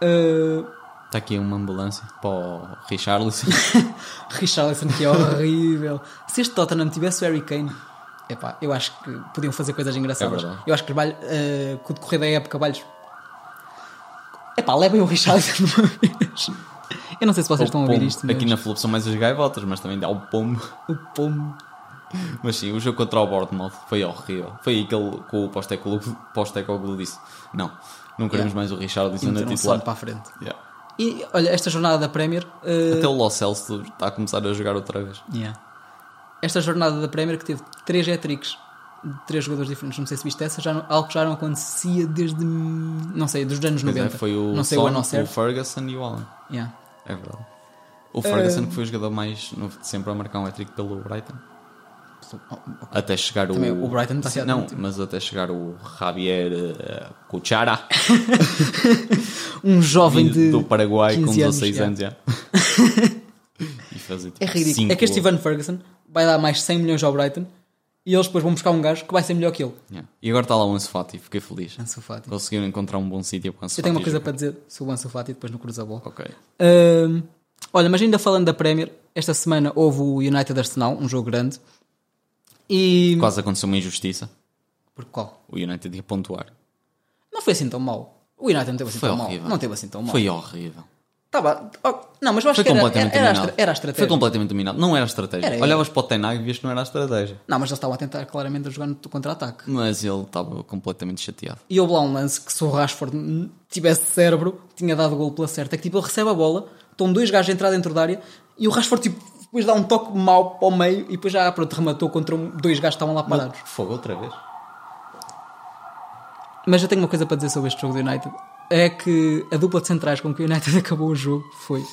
B: Eh,
C: Está Tá aqui uma ambulância para o Richarlison.
B: Richarlison, que é horrível. Se este Tottenham tivesse o Harry Kane, epá, eu acho que podiam fazer coisas engraçadas.
C: É verdade.
B: eu acho que, Carvalho, eh, com o decorrer da época, Valhos. Epá, levem o Richarlison de uma vez. Eu não sei se vocês estão a ouvir
C: Pombo.
B: isto, mas
C: Aqui na Flop são mais as gaivotas, mas também dá o pombo.
B: o pomo.
C: Mas sim, o jogo contra o Bournemouth foi horrível. Foi aí que ele, com o Postecoglou- Postecoglou, disse: Não, não queremos mais o Richarlison na
B: Meter um salto
C: titular.
B: para a frente.
C: Yeah.
B: E olha, esta jornada da Premier. eh,
C: Até o Lo Celso está a começar a jogar outra vez.
B: yeah. Esta jornada da Premier que teve 3 hat-tricks de 3 jogadores diferentes. Não sei se viste essa, já, não- algo que já não acontecia desde. Não sei, dos anos
C: Pois é,
B: 90.
C: foi o,
B: não sei o
C: Son,
B: ano
C: o
B: certo.
C: Ferguson e o Allen.
B: Yeah.
C: É verdade. O Ferguson,
B: Eh,
C: que foi o jogador mais novo de sempre a marcar um hat-trick pelo Brighton. oh, Até chegar
B: Também
C: o.
B: o Brighton tá está a ser
C: Não,
B: admitido.
C: mas até chegar o Javier eh, Cuchara,
B: um jovem de
C: vindo do Paraguai, com
B: 15 anos,
C: 16
B: já.
C: anos. já. e fazer tipo,
B: É ridículo.
C: cinco
B: É que este Ivan Ferguson vai dar mais 100 milhões ao Brighton e eles depois vão buscar um gajo que vai ser melhor que ele.
C: Yeah. E agora está lá o Ansu Fati, fiquei feliz.
B: Ansu Fati.
C: Conseguiram encontrar um bom sítio para o Ansu
B: Eu tenho uma
C: Fati
B: coisa
C: jogar.
B: para dizer sobre o Ansu Fati depois no Cruzabol.
C: Ok.
B: Hum, olha, mas ainda falando da Premier, esta semana houve o United Arsenal, um jogo grande. E.
C: Quase aconteceu uma injustiça.
B: Por qual?
C: O United ia pontuar.
B: Não foi assim tão mau. O United não teve assim
C: Foi
B: tão mau.
C: horrível.
B: Não teve assim tão mau.
C: Foi horrível.
B: Tava- oh, não, mas eu acho
C: Foi
B: que era,
C: completamente
B: era, era, a
C: dominado.
B: estra- era a
C: Foi
B: estratégia.
C: completamente dominado. Não era a estratégia.
B: Era-
C: Olhavas para o Tenag e vias que não era a estratégia.
B: Não, mas eles estavam a tentar claramente jogar no contra-ataque.
C: Mas ele estava completamente chateado.
B: E houve lá um lance que se o Rashford hum, tivesse cérebro, tinha dado o gol pela certa. É que tipo, ele recebe a bola, estão dois gajos a entrar dentro da área e o Rashford tipo, depois dá um toque mau para o meio e depois já pronto, rematou contra um- dois gajos que estavam lá parados.
C: Fogo outra vez.
B: Mas eu tenho uma coisa para dizer sobre este jogo do United. É que a dupla de centrais com que o United acabou o jogo foi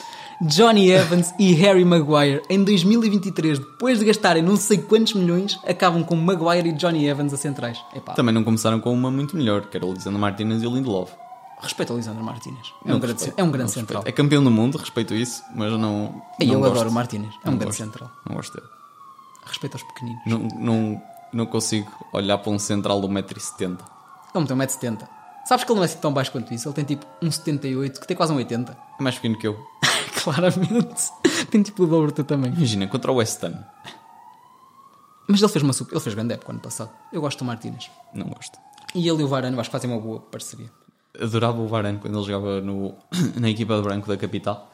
B: Johnny Evans e Harry Maguire. Em 2023, depois de gastarem não sei quantos milhões, acabam com Maguire e Johnny Evans a centrais. Epá,
C: Também não começaram com uma muito melhor, que era o Lisandro Martínez e o Lindelof.
B: respeito ao Lisandro Martínez. É
C: Não
B: um grande,
C: respeito,
B: é um
C: não
B: grande
C: respeito.
B: central.
C: É campeão do mundo, respeito isso, mas não.
B: E
C: não
B: eu
C: gosto.
B: adoro o Martínez. É um
C: Não
B: grande
C: gosto.
B: central.
C: Não gosto dele.
B: Respeito aos pequeninos.
C: Não, não, não consigo olhar para um central de 1,70m.
B: Ele tem 1,70m. Sabes que ele não é assim tão baixo quanto isso. Ele tem tipo 1,78m, que tem quase 1,80m.
C: É mais pequeno que eu.
B: Claramente. tem tipo o dobro do teu tamanho.
C: Imagina, contra o West Ham.
B: Mas ele fez uma super. Ele fez grande época ano passado. Eu gosto do Martínez.
C: Não gosto.
B: E ele e o Varane, eu acho que fazem uma boa parceria.
C: Adorava o Varane quando ele jogava no, na equipa de branco da capital,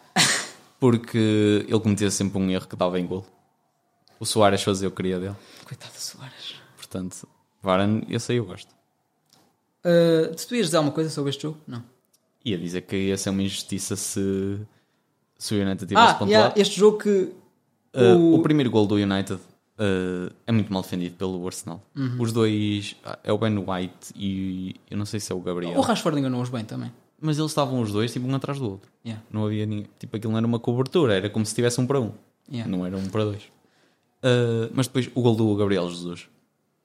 C: porque ele cometia sempre um erro que dava em golo. O Soares fazia o que queria dele.
B: Coitado do Soares.
C: Portanto, Varane, eu sei, eu gosto.
B: Ah, tu ias dizer alguma coisa sobre este jogo? Não.
C: Ia dizer que ia ser uma injustiça se, se o United tivesse
B: Ah,
C: pontuado.
B: yeah, este jogo que.
C: Uh, o...
B: o...
C: primeiro gol do United uh, é muito mal defendido pelo Arsenal.
B: Uhum.
C: Os dois, é o Ben White e eu não sei se é o Gabriel,
B: o Rashford enganou-os bem também.
C: mas eles estavam os dois tipo um atrás do outro.
B: Yeah.
C: Não havia ninguém. Tipo, aquilo não era uma cobertura, era como se tivesse um para um.
B: Yeah.
C: Não era um para dois. Uh, mas depois o gol do Gabriel Jesus.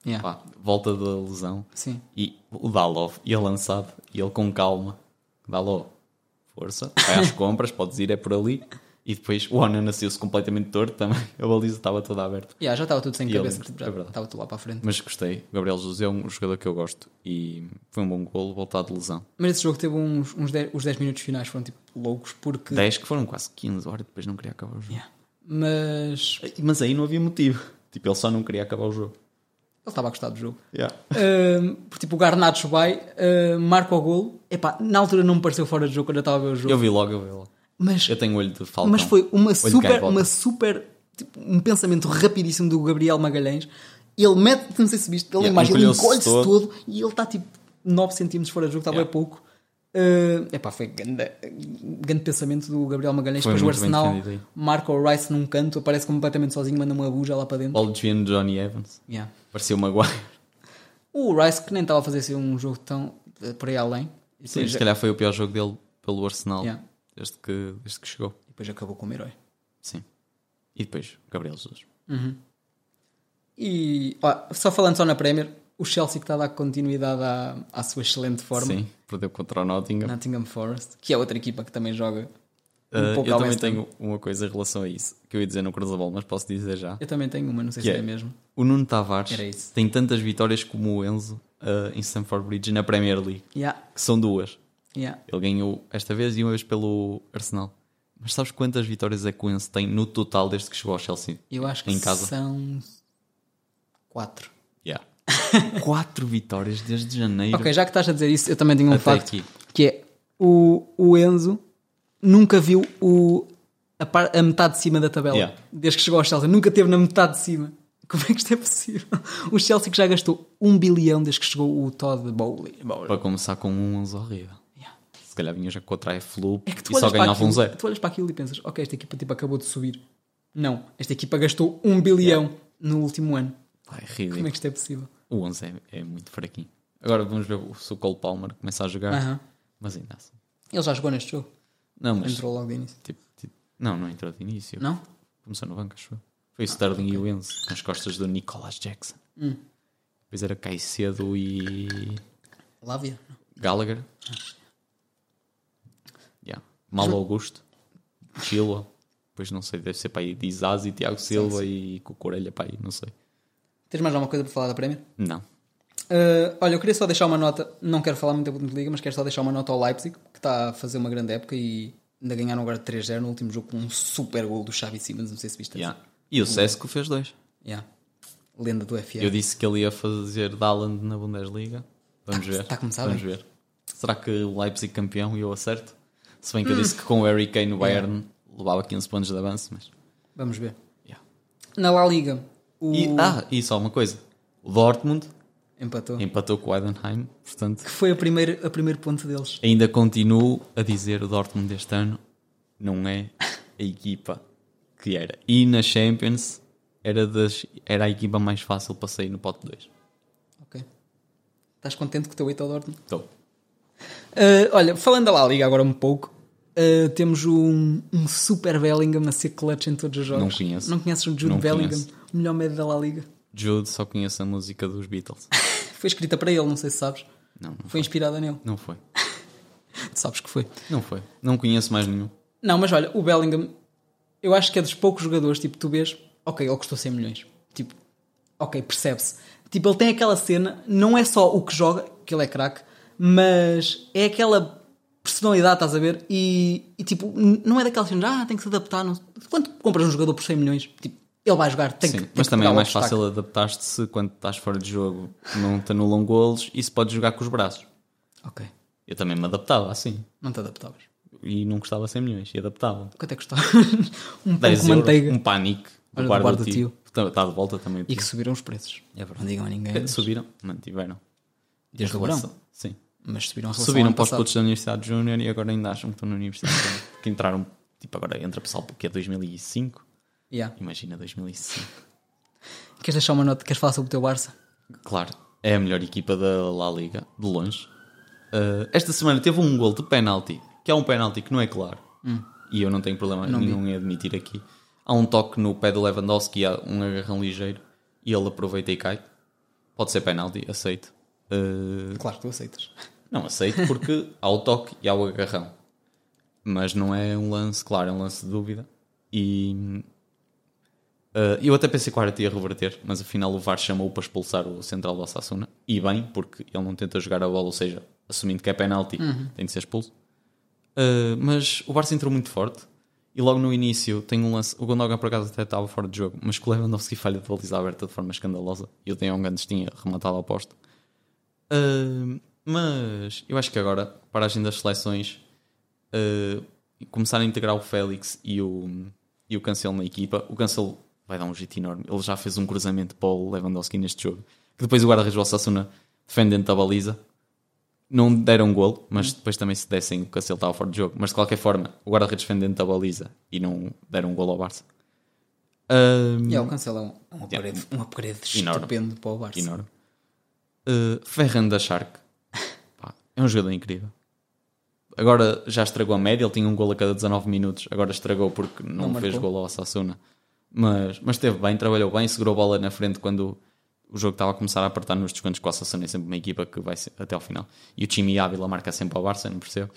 B: Yeah.
C: Pá, volta da lesão.
B: Sim.
C: E o Dalov ia lançado e ele com calma. Dalov, força, vai às compras, podes ir, é por ali. E depois o Onan nasceu-se completamente torto também. A baliza estava toda aberta.
B: Yeah, já estava tudo sem
C: E
B: cabeça.
C: ele-
B: tipo,
C: é
B: já
C: verdade.
B: estava tudo lá para a frente.
C: Mas gostei. O Gabriel Jesus é um jogador que eu gosto e foi um bom golo, voltado de lesão.
B: Mas esse jogo teve uns, uns 10, os 10 minutos finais foram tipo loucos porque.
C: 10 que foram quase 15 horas, depois não queria acabar o jogo.
B: Yeah. Mas ele
C: Mas aí não havia motivo. Tipo, ele só não queria acabar o jogo.
B: estava a gostar do jogo.
C: Yeah.
B: Ahm, porque, tipo, o Garnacho vai, ahm, marca o golo. Epá, na altura não me pareceu fora de jogo quando eu estava a ver o jogo.
C: Eu vi logo, eu vi logo.
B: Mas,
C: Eu tenho olho de falta.
B: mas foi uma
C: de
B: super,
C: gaivota.
B: uma super, tipo, um pensamento rapidíssimo do Gabriel Magalhães. Ele mete, não sei se viste, pela
C: Yeah,
B: imagem, ele
C: encolheu-se
B: encolhe-se todo.
C: todo.
B: e ele está tipo 9 centímetros fora de jogo, está
C: Yeah.
B: bem pouco. Eh, epá, foi grande, grande pensamento do Gabriel Magalhães.
C: Foi
B: Depois o
C: muito bem
B: Arsenal
C: defendido aí.
B: marca o Rice num canto, aparece completamente sozinho, manda uma buja lá para dentro.
C: Bola desviando de Johnny Evans.
B: Yeah.
C: Parecia uma guarda.
B: O Rice, que nem estava a fazer assim um jogo tão eh, por aí além, e
C: Sim, é-
B: depois,
C: se calhar foi o pior jogo dele pelo Arsenal
B: Yeah.
C: desde, que, desde que chegou.
B: depois acabou como herói.
C: Sim. E depois, Gabriel Jesus.
B: E ó, só falando só na Premier, o Chelsea que está a dar continuidade à, à sua excelente forma,
C: Sim, perdeu contra o Nottingham.
B: Nottingham Forest, que é outra equipa que também joga um
C: Ah,
B: pouco
C: eu
B: ao
C: também
B: West Ham.
C: tenho uma coisa em relação a isso que eu ia dizer no Cruzabol, mas posso dizer já.
B: Eu também tenho uma, não sei
C: Que
B: se é,
C: é?
B: mesmo.
C: O Nuno Tavares
B: Era isso.
C: tem tantas vitórias como o Enzo ah, em Stamford Bridge na Premier League,
B: Yeah,
C: que são duas.
B: yeah.
C: Ele ganhou esta vez e uma vez pelo Arsenal. Mas sabes quantas vitórias é que o Enzo tem no total desde que chegou ao Chelsea?
B: Eu acho que
C: Em casa.
B: são quatro.
C: Yeah. Quatro vitórias desde janeiro
B: Ok, já que estás a dizer isso, eu também tenho um
C: até
B: facto
C: aqui.
B: que é o, o Enzo nunca viu o, a, par- a metade de cima da tabela
C: Yeah.
B: desde que chegou ao Chelsea, nunca teve na metade de cima. Como é que isto é possível? O Chelsea que já gastou um bilhão desde que chegou o Todd Bowley.
C: Para começar com um 11 horrível.
B: Yeah.
C: Se calhar vinha já contra a Flu
B: É que tu
C: e só
B: olhas, para
C: ganhava
B: aquilo,
C: um zero.
B: tu olhas para aquilo e pensas, ok, esta equipa tipo, acabou de subir. Não, esta equipa gastou um bilhão no último ano.
C: Pá, é
B: Como
C: ridículo.
B: é que isto é possível?
C: O 11 é, é muito fraquinho. Agora vamos ver se o Cole Palmer começa a jogar.
B: Aham.
C: Mas ainda assim.
B: Ele já jogou neste jogo.
C: Não, mas.
B: Entrou logo de início.
C: tipo, tipo- não, não entrou de início.
B: Não?
C: Começou no banco, acho eu. Foi o Sterling e o Enzo, nas costas do Nicolas Jackson. Depois era Caicedo e.
B: Lávia?
C: Gallagher. Yeah. Mal Augusto. Chilwell. Depois não sei, deve ser para aí Dizaz e Tiago Silva e Cucurelha para aí, não sei.
B: Tens mais alguma coisa para falar da Premier?
C: Não.
B: Uh, olha, eu queria só deixar uma nota, não quero falar muito da Bundesliga, mas quero só deixar uma nota ao Leipzig, que está a fazer uma grande época e ainda ganharam agora 3-0 no último jogo com um super gol do Xavi Simons, não sei se viste.
C: Yeah. E o Sesco fez dois.
B: essa. Yeah. Lenda do FA.
C: Eu disse que ele ia fazer Daaland na Bundesliga. Vamos ver.
B: tá a começar
C: Vamos ver. Será que o Leipzig campeão e eu acerto? Se bem que
B: Hum.
C: eu disse que com o Harry Kane
B: É.
C: no Bayern levava 15 pontos de avanço, mas...
B: Vamos ver.
C: yeah.
B: Na La Liga, o
C: E, ah, e só uma coisa. O Dortmund
B: empatou.
C: empatou com o Heidenheim, portanto,
B: Que foi a primeira, a primeiro ponto deles.
C: ainda continuo a dizer o Dortmund deste ano não é a equipa que era. E na Champions era, das, era a equipa mais fácil para sair no pote 2.
B: Ok. Estás contente que o teu 8 ao Dortmund?
C: Então,
B: Uh, olha, falando da La Liga agora um pouco, uh, temos um, um super Bellingham a ser clutch em todos os jogos.
C: Não conheço.
B: Não conheces o Jude
C: Não
B: Bellingham,
C: conheço.
B: o melhor médio da La Liga?
C: Jude só conhece a música dos Beatles.
B: Foi escrita para ele, não sei se sabes.
C: Não, não
B: Foi inspirada nele.
C: Não foi.
B: Tu sabes que foi.
C: Não foi. Não conheço mais nenhum.
B: Não, mas olha, o Bellingham, eu acho que é dos poucos jogadores, tipo, tu vês, ok, ele custou 100 milhões. Tipo, ok, percebe-se. Tipo, ele tem aquela cena, não é só o que joga, que ele é craque, mas é aquela personalidade, estás a ver? E, e, tipo, n- não é daquelas cenas, ah, tem que se adaptar. Não... Quando compras um jogador por 100 milhões, tipo, ele vai jogar, tem
C: Sim,
B: que tem
C: mas
B: que
C: também
B: pegar
C: é
B: o
C: mais
B: obstáculo.
C: fácil adaptar-te se quando estás fora de jogo não te anulam golos e se podes jogar com os braços.
B: Ok,
C: Eu também me adaptava assim.
B: não te adaptavas.
C: E não custava 100 milhões. E adaptava.
B: Quanto é que custava? um pão
C: 10
B: com
C: euros,
B: manteiga.
C: um pânico.
B: Olha, do
C: do guarda
B: guarda
C: do tio. Está está de volta também. o
B: E
C: tio.
B: que subiram os preços.
C: É verdade.
B: Não digam a ninguém.
C: É, Subiram, mantiveram.
B: Desde o verão.
C: Relação- Sim.
B: Mas subiram a relação
C: Subiram
B: ao
C: para os
B: ano passado.
C: putos da Universidade Júnior e agora ainda acham que estão na Universidade Júnior. que entraram, tipo, agora entra pessoal porque é 2005.
B: Yeah.
C: Imagina 2005.
B: Queres deixar uma nota? Queres falar sobre o teu Barça?
C: Claro, é a melhor equipa da La Liga, de longe. Uh, esta semana teve um gol de penalti, que é um penalti que não é claro. E eu não tenho problema nenhum em admitir aqui. Há um toque no pé do Lewandowski, há um agarrão ligeiro, e ele aproveita e cai. Pode ser penalti, aceito. Uh,
B: Claro que tu aceitas.
C: não aceito porque há o toque e há o agarrão. Mas não é um lance, claro, é um lance de dúvida. E hum, ah, eu até pensei que o Arata ia reverter, mas afinal o VAR chamou para expulsar o central do Osasuna. E bem, porque ele não tenta jogar a bola, ou seja, assumindo que é penalti, tem de ser expulso. Uh, mas o Barça entrou muito forte e logo no início tem um lance. O Gondogan por acaso até estava fora de jogo, mas que o Lewandowski falha de baliza aberta de forma escandalosa e o Deon Gandes tinha rematado ao posto. Uh, mas eu acho que agora, para a agenda das seleções, ah, uh, começar a integrar o Félix e o, e o Cancelo na equipa. O Cancelo vai dar um jeito enorme. Ele já fez um cruzamento para o Lewandowski neste jogo. Que depois o guarda-redes do Osasuna defende dentro da baliza. Não deram golo, mas depois também se dessem o Cancelo estava fora de jogo. Mas de qualquer forma, o guarda-redes defende dentro da baliza e não deram golo ao Barça. Ah, Ahm,
B: E é, o Cancelo é um, um upgrade, um upgrade
C: Enorme.
B: estupendo para o Barça.
C: enorme. Uh, Ferran da Shark. Pá, é um jogador incrível. Agora já estragou a média, ele tinha um gol a cada 19 minutos. Agora estragou porque não,
B: Não
C: fez
B: marcou.
C: gol ao Sassuna. Mas, mas esteve bem, trabalhou bem, segurou a bola na frente quando o jogo estava a começar a apertar nos descontos com o Sassuna. É sempre uma equipa que vai se- até ao final. E o time Ávila marca sempre ao Barça, não percebo.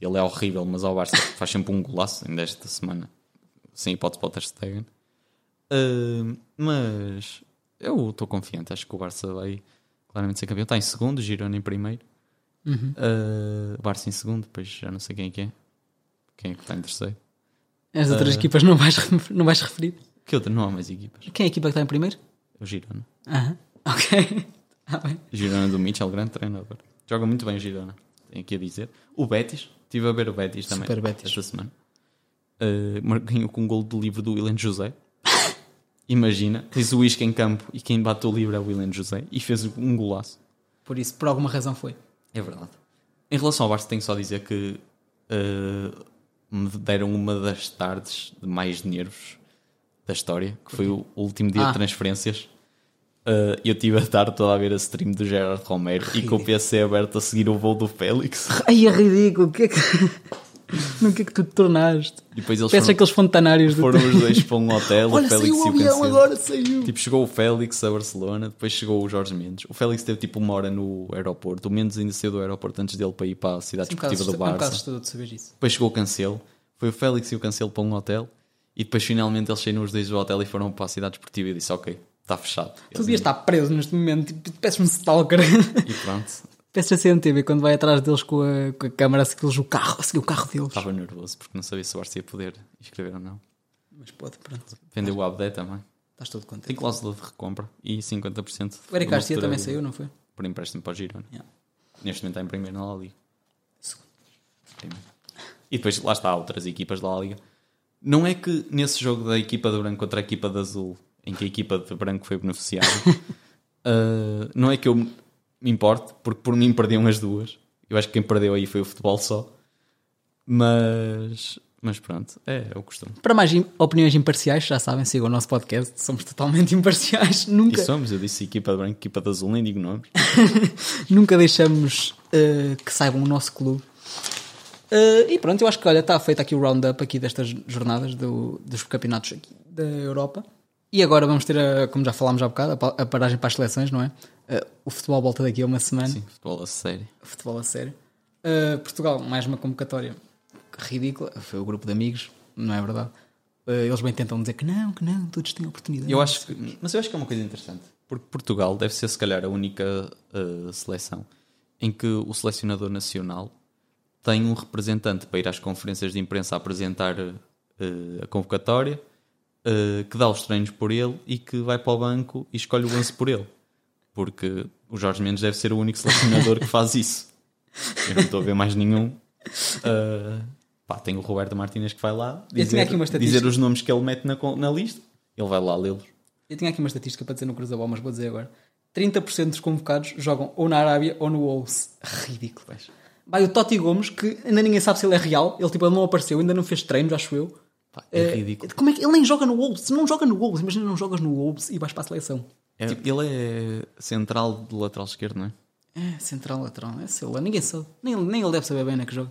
C: Ele é horrível, mas ao Barça faz sempre um golaço ainda esta semana. Sem hipótese para o Ter Stegen. Uh, mas eu estou confiante, acho que o Barça vai claramente ser campeão. Está em segundo, o Girona em primeiro. Uh, o Barça em segundo, depois já não sei quem é que é. Quem é que está em terceiro?
B: As outras equipas não vais, re- não vais referir.
C: Que outra? Não há mais equipas.
B: Quem é a equipa que está em primeiro?
C: O Girona.
B: Aham. Ok. Ah, bem.
C: O Girona do Mitchell, grande treinador. Joga muito bem o Girona, tenho aqui a dizer. O Betis, estive a ver o Betis também.
B: Super Betis.
C: Esta semana. Uh, mar- ganhou com um gol do livro do William José. Imagina, fez o isca em campo e quem bate o livro é o William José e fez um golaço.
B: Por isso, por alguma razão foi.
C: É verdade. Em relação ao Barça, tenho só a dizer que uh, me deram uma das tardes de mais nervos da história, que foi o último dia
B: Ah.
C: de transferências. Uh, eu tive a tarde toda a ver a stream do Gerard Romero e com o PC aberto a seguir o voo do Félix.
B: Ai, é ridículo. O que é que... no que é que tu te tornaste?
C: E depois eles
B: Parece
C: foram,
B: aqueles fontanários do...
C: foram os dois para um hotel.
B: Olha,
C: o
B: saiu
C: Félix
B: o
C: e o
B: avião
C: Cancelo.
B: agora, saiu.
C: Tipo, chegou o Félix a Barcelona, depois chegou o Jorge Mendes. O Félix teve tipo uma hora no aeroporto. O Mendes ainda saiu do aeroporto antes dele para ir para a cidade
B: um bocado
C: desportiva do
B: assusta- é um
C: Barça.
B: bocado assustador de saber isso.
C: Depois chegou o Cancelo. Foi o Félix e o Cancelo para um hotel. E depois finalmente eles saíram os dois do hotel e foram para a cidade desportiva. E disse: Ok, está fechado.
B: Tu devias estar preso neste momento. Tipo, tu peças um stalker.
C: E pronto,
B: peças a CNTV quando vai atrás deles com a, com a câmara, a segui-los o carro, a seguir o carro deles.
C: estava nervoso porque não sabia se o Barça ia poder escrever ou não.
B: Mas pode, pronto.
C: Vendeu o Abdé também.
B: Estás todo contente.
C: Tem cláusula de recompra e 50% de
B: O Eric
C: uma
B: Garcia
C: futura
B: também
C: venda
B: saiu, não foi?
C: Por empréstimo para o Girona.
B: Yeah.
C: Neste momento está em primeiro na La Liga.
B: Segundo.
C: Primeiro. E depois lá está, há outras equipas da La Liga. Não é que nesse jogo da equipa de branco contra a equipa de azul, em que a equipa de branco foi beneficiada, uh, não é que eu me importe, porque por mim perdiam as duas. Eu acho que quem perdeu aí foi o futebol só. Mas, mas pronto, é, é o costume.
B: Para mais im- opiniões imparciais, já sabem, sigam o nosso podcast. Somos totalmente imparciais.
C: E
B: Nunca,
C: somos, eu disse equipa de branco, equipa de azul, nem digo nomes.
B: nunca deixamos eh, que saibam o nosso clube. Eh, e pronto, eu acho que olha, está feito aqui o roundup aqui destas jornadas do- dos campeonatos aqui da Europa. E agora vamos ter, a, como já falámos há bocado, a pa- a paragem para as seleções, não é? Eh, o futebol volta daqui a uma semana.
C: Sim, futebol a sério.
B: futebol a sério. Uh, Portugal, mais uma convocatória ridícula. Foi o grupo de amigos, não é verdade? Uh, eles bem tentam dizer que não, que não, todos têm oportunidade.
C: Eu acho que, mas eu acho que é uma coisa interessante. Porque Portugal deve ser, se calhar, a única uh, seleção em que o selecionador nacional tem um representante para ir às conferências de imprensa apresentar uh, a convocatória, uh, que dá os treinos por ele e que vai para o banco e escolhe o 11 por ele. Porque o Jorge Mendes deve ser o único selecionador que faz isso. Eu não estou a ver mais nenhum. Uh, pá, tem o Roberto Martínez que vai lá
B: Eu tinha
C: dizer,
B: aqui uma estatística.
C: dizer os nomes que ele mete na, con- na lista. Ele vai lá lê-los.
B: Eu tinha aqui uma estatística para dizer no Cruzabal, mas vou dizer agora: 30% dos convocados jogam ou na Arábia ou no Wolves. Ridículo. Vai o Totti Gomes, que ainda ninguém sabe se ele é real, ele, tipo, ele não apareceu, ainda não fez treinos, acho eu.
C: Pá, é,
B: Eh,
C: ridículo.
B: Como é que ele nem joga no Wolves? Se não joga no Wolves, imagina não jogas no Wolves e vais para a seleção.
C: É,
B: tipo-
C: ele é central de lateral esquerdo, não é?
B: É, central, lateral, é sei lá, ninguém sabe. Nem, nem ele deve saber bem na que joga.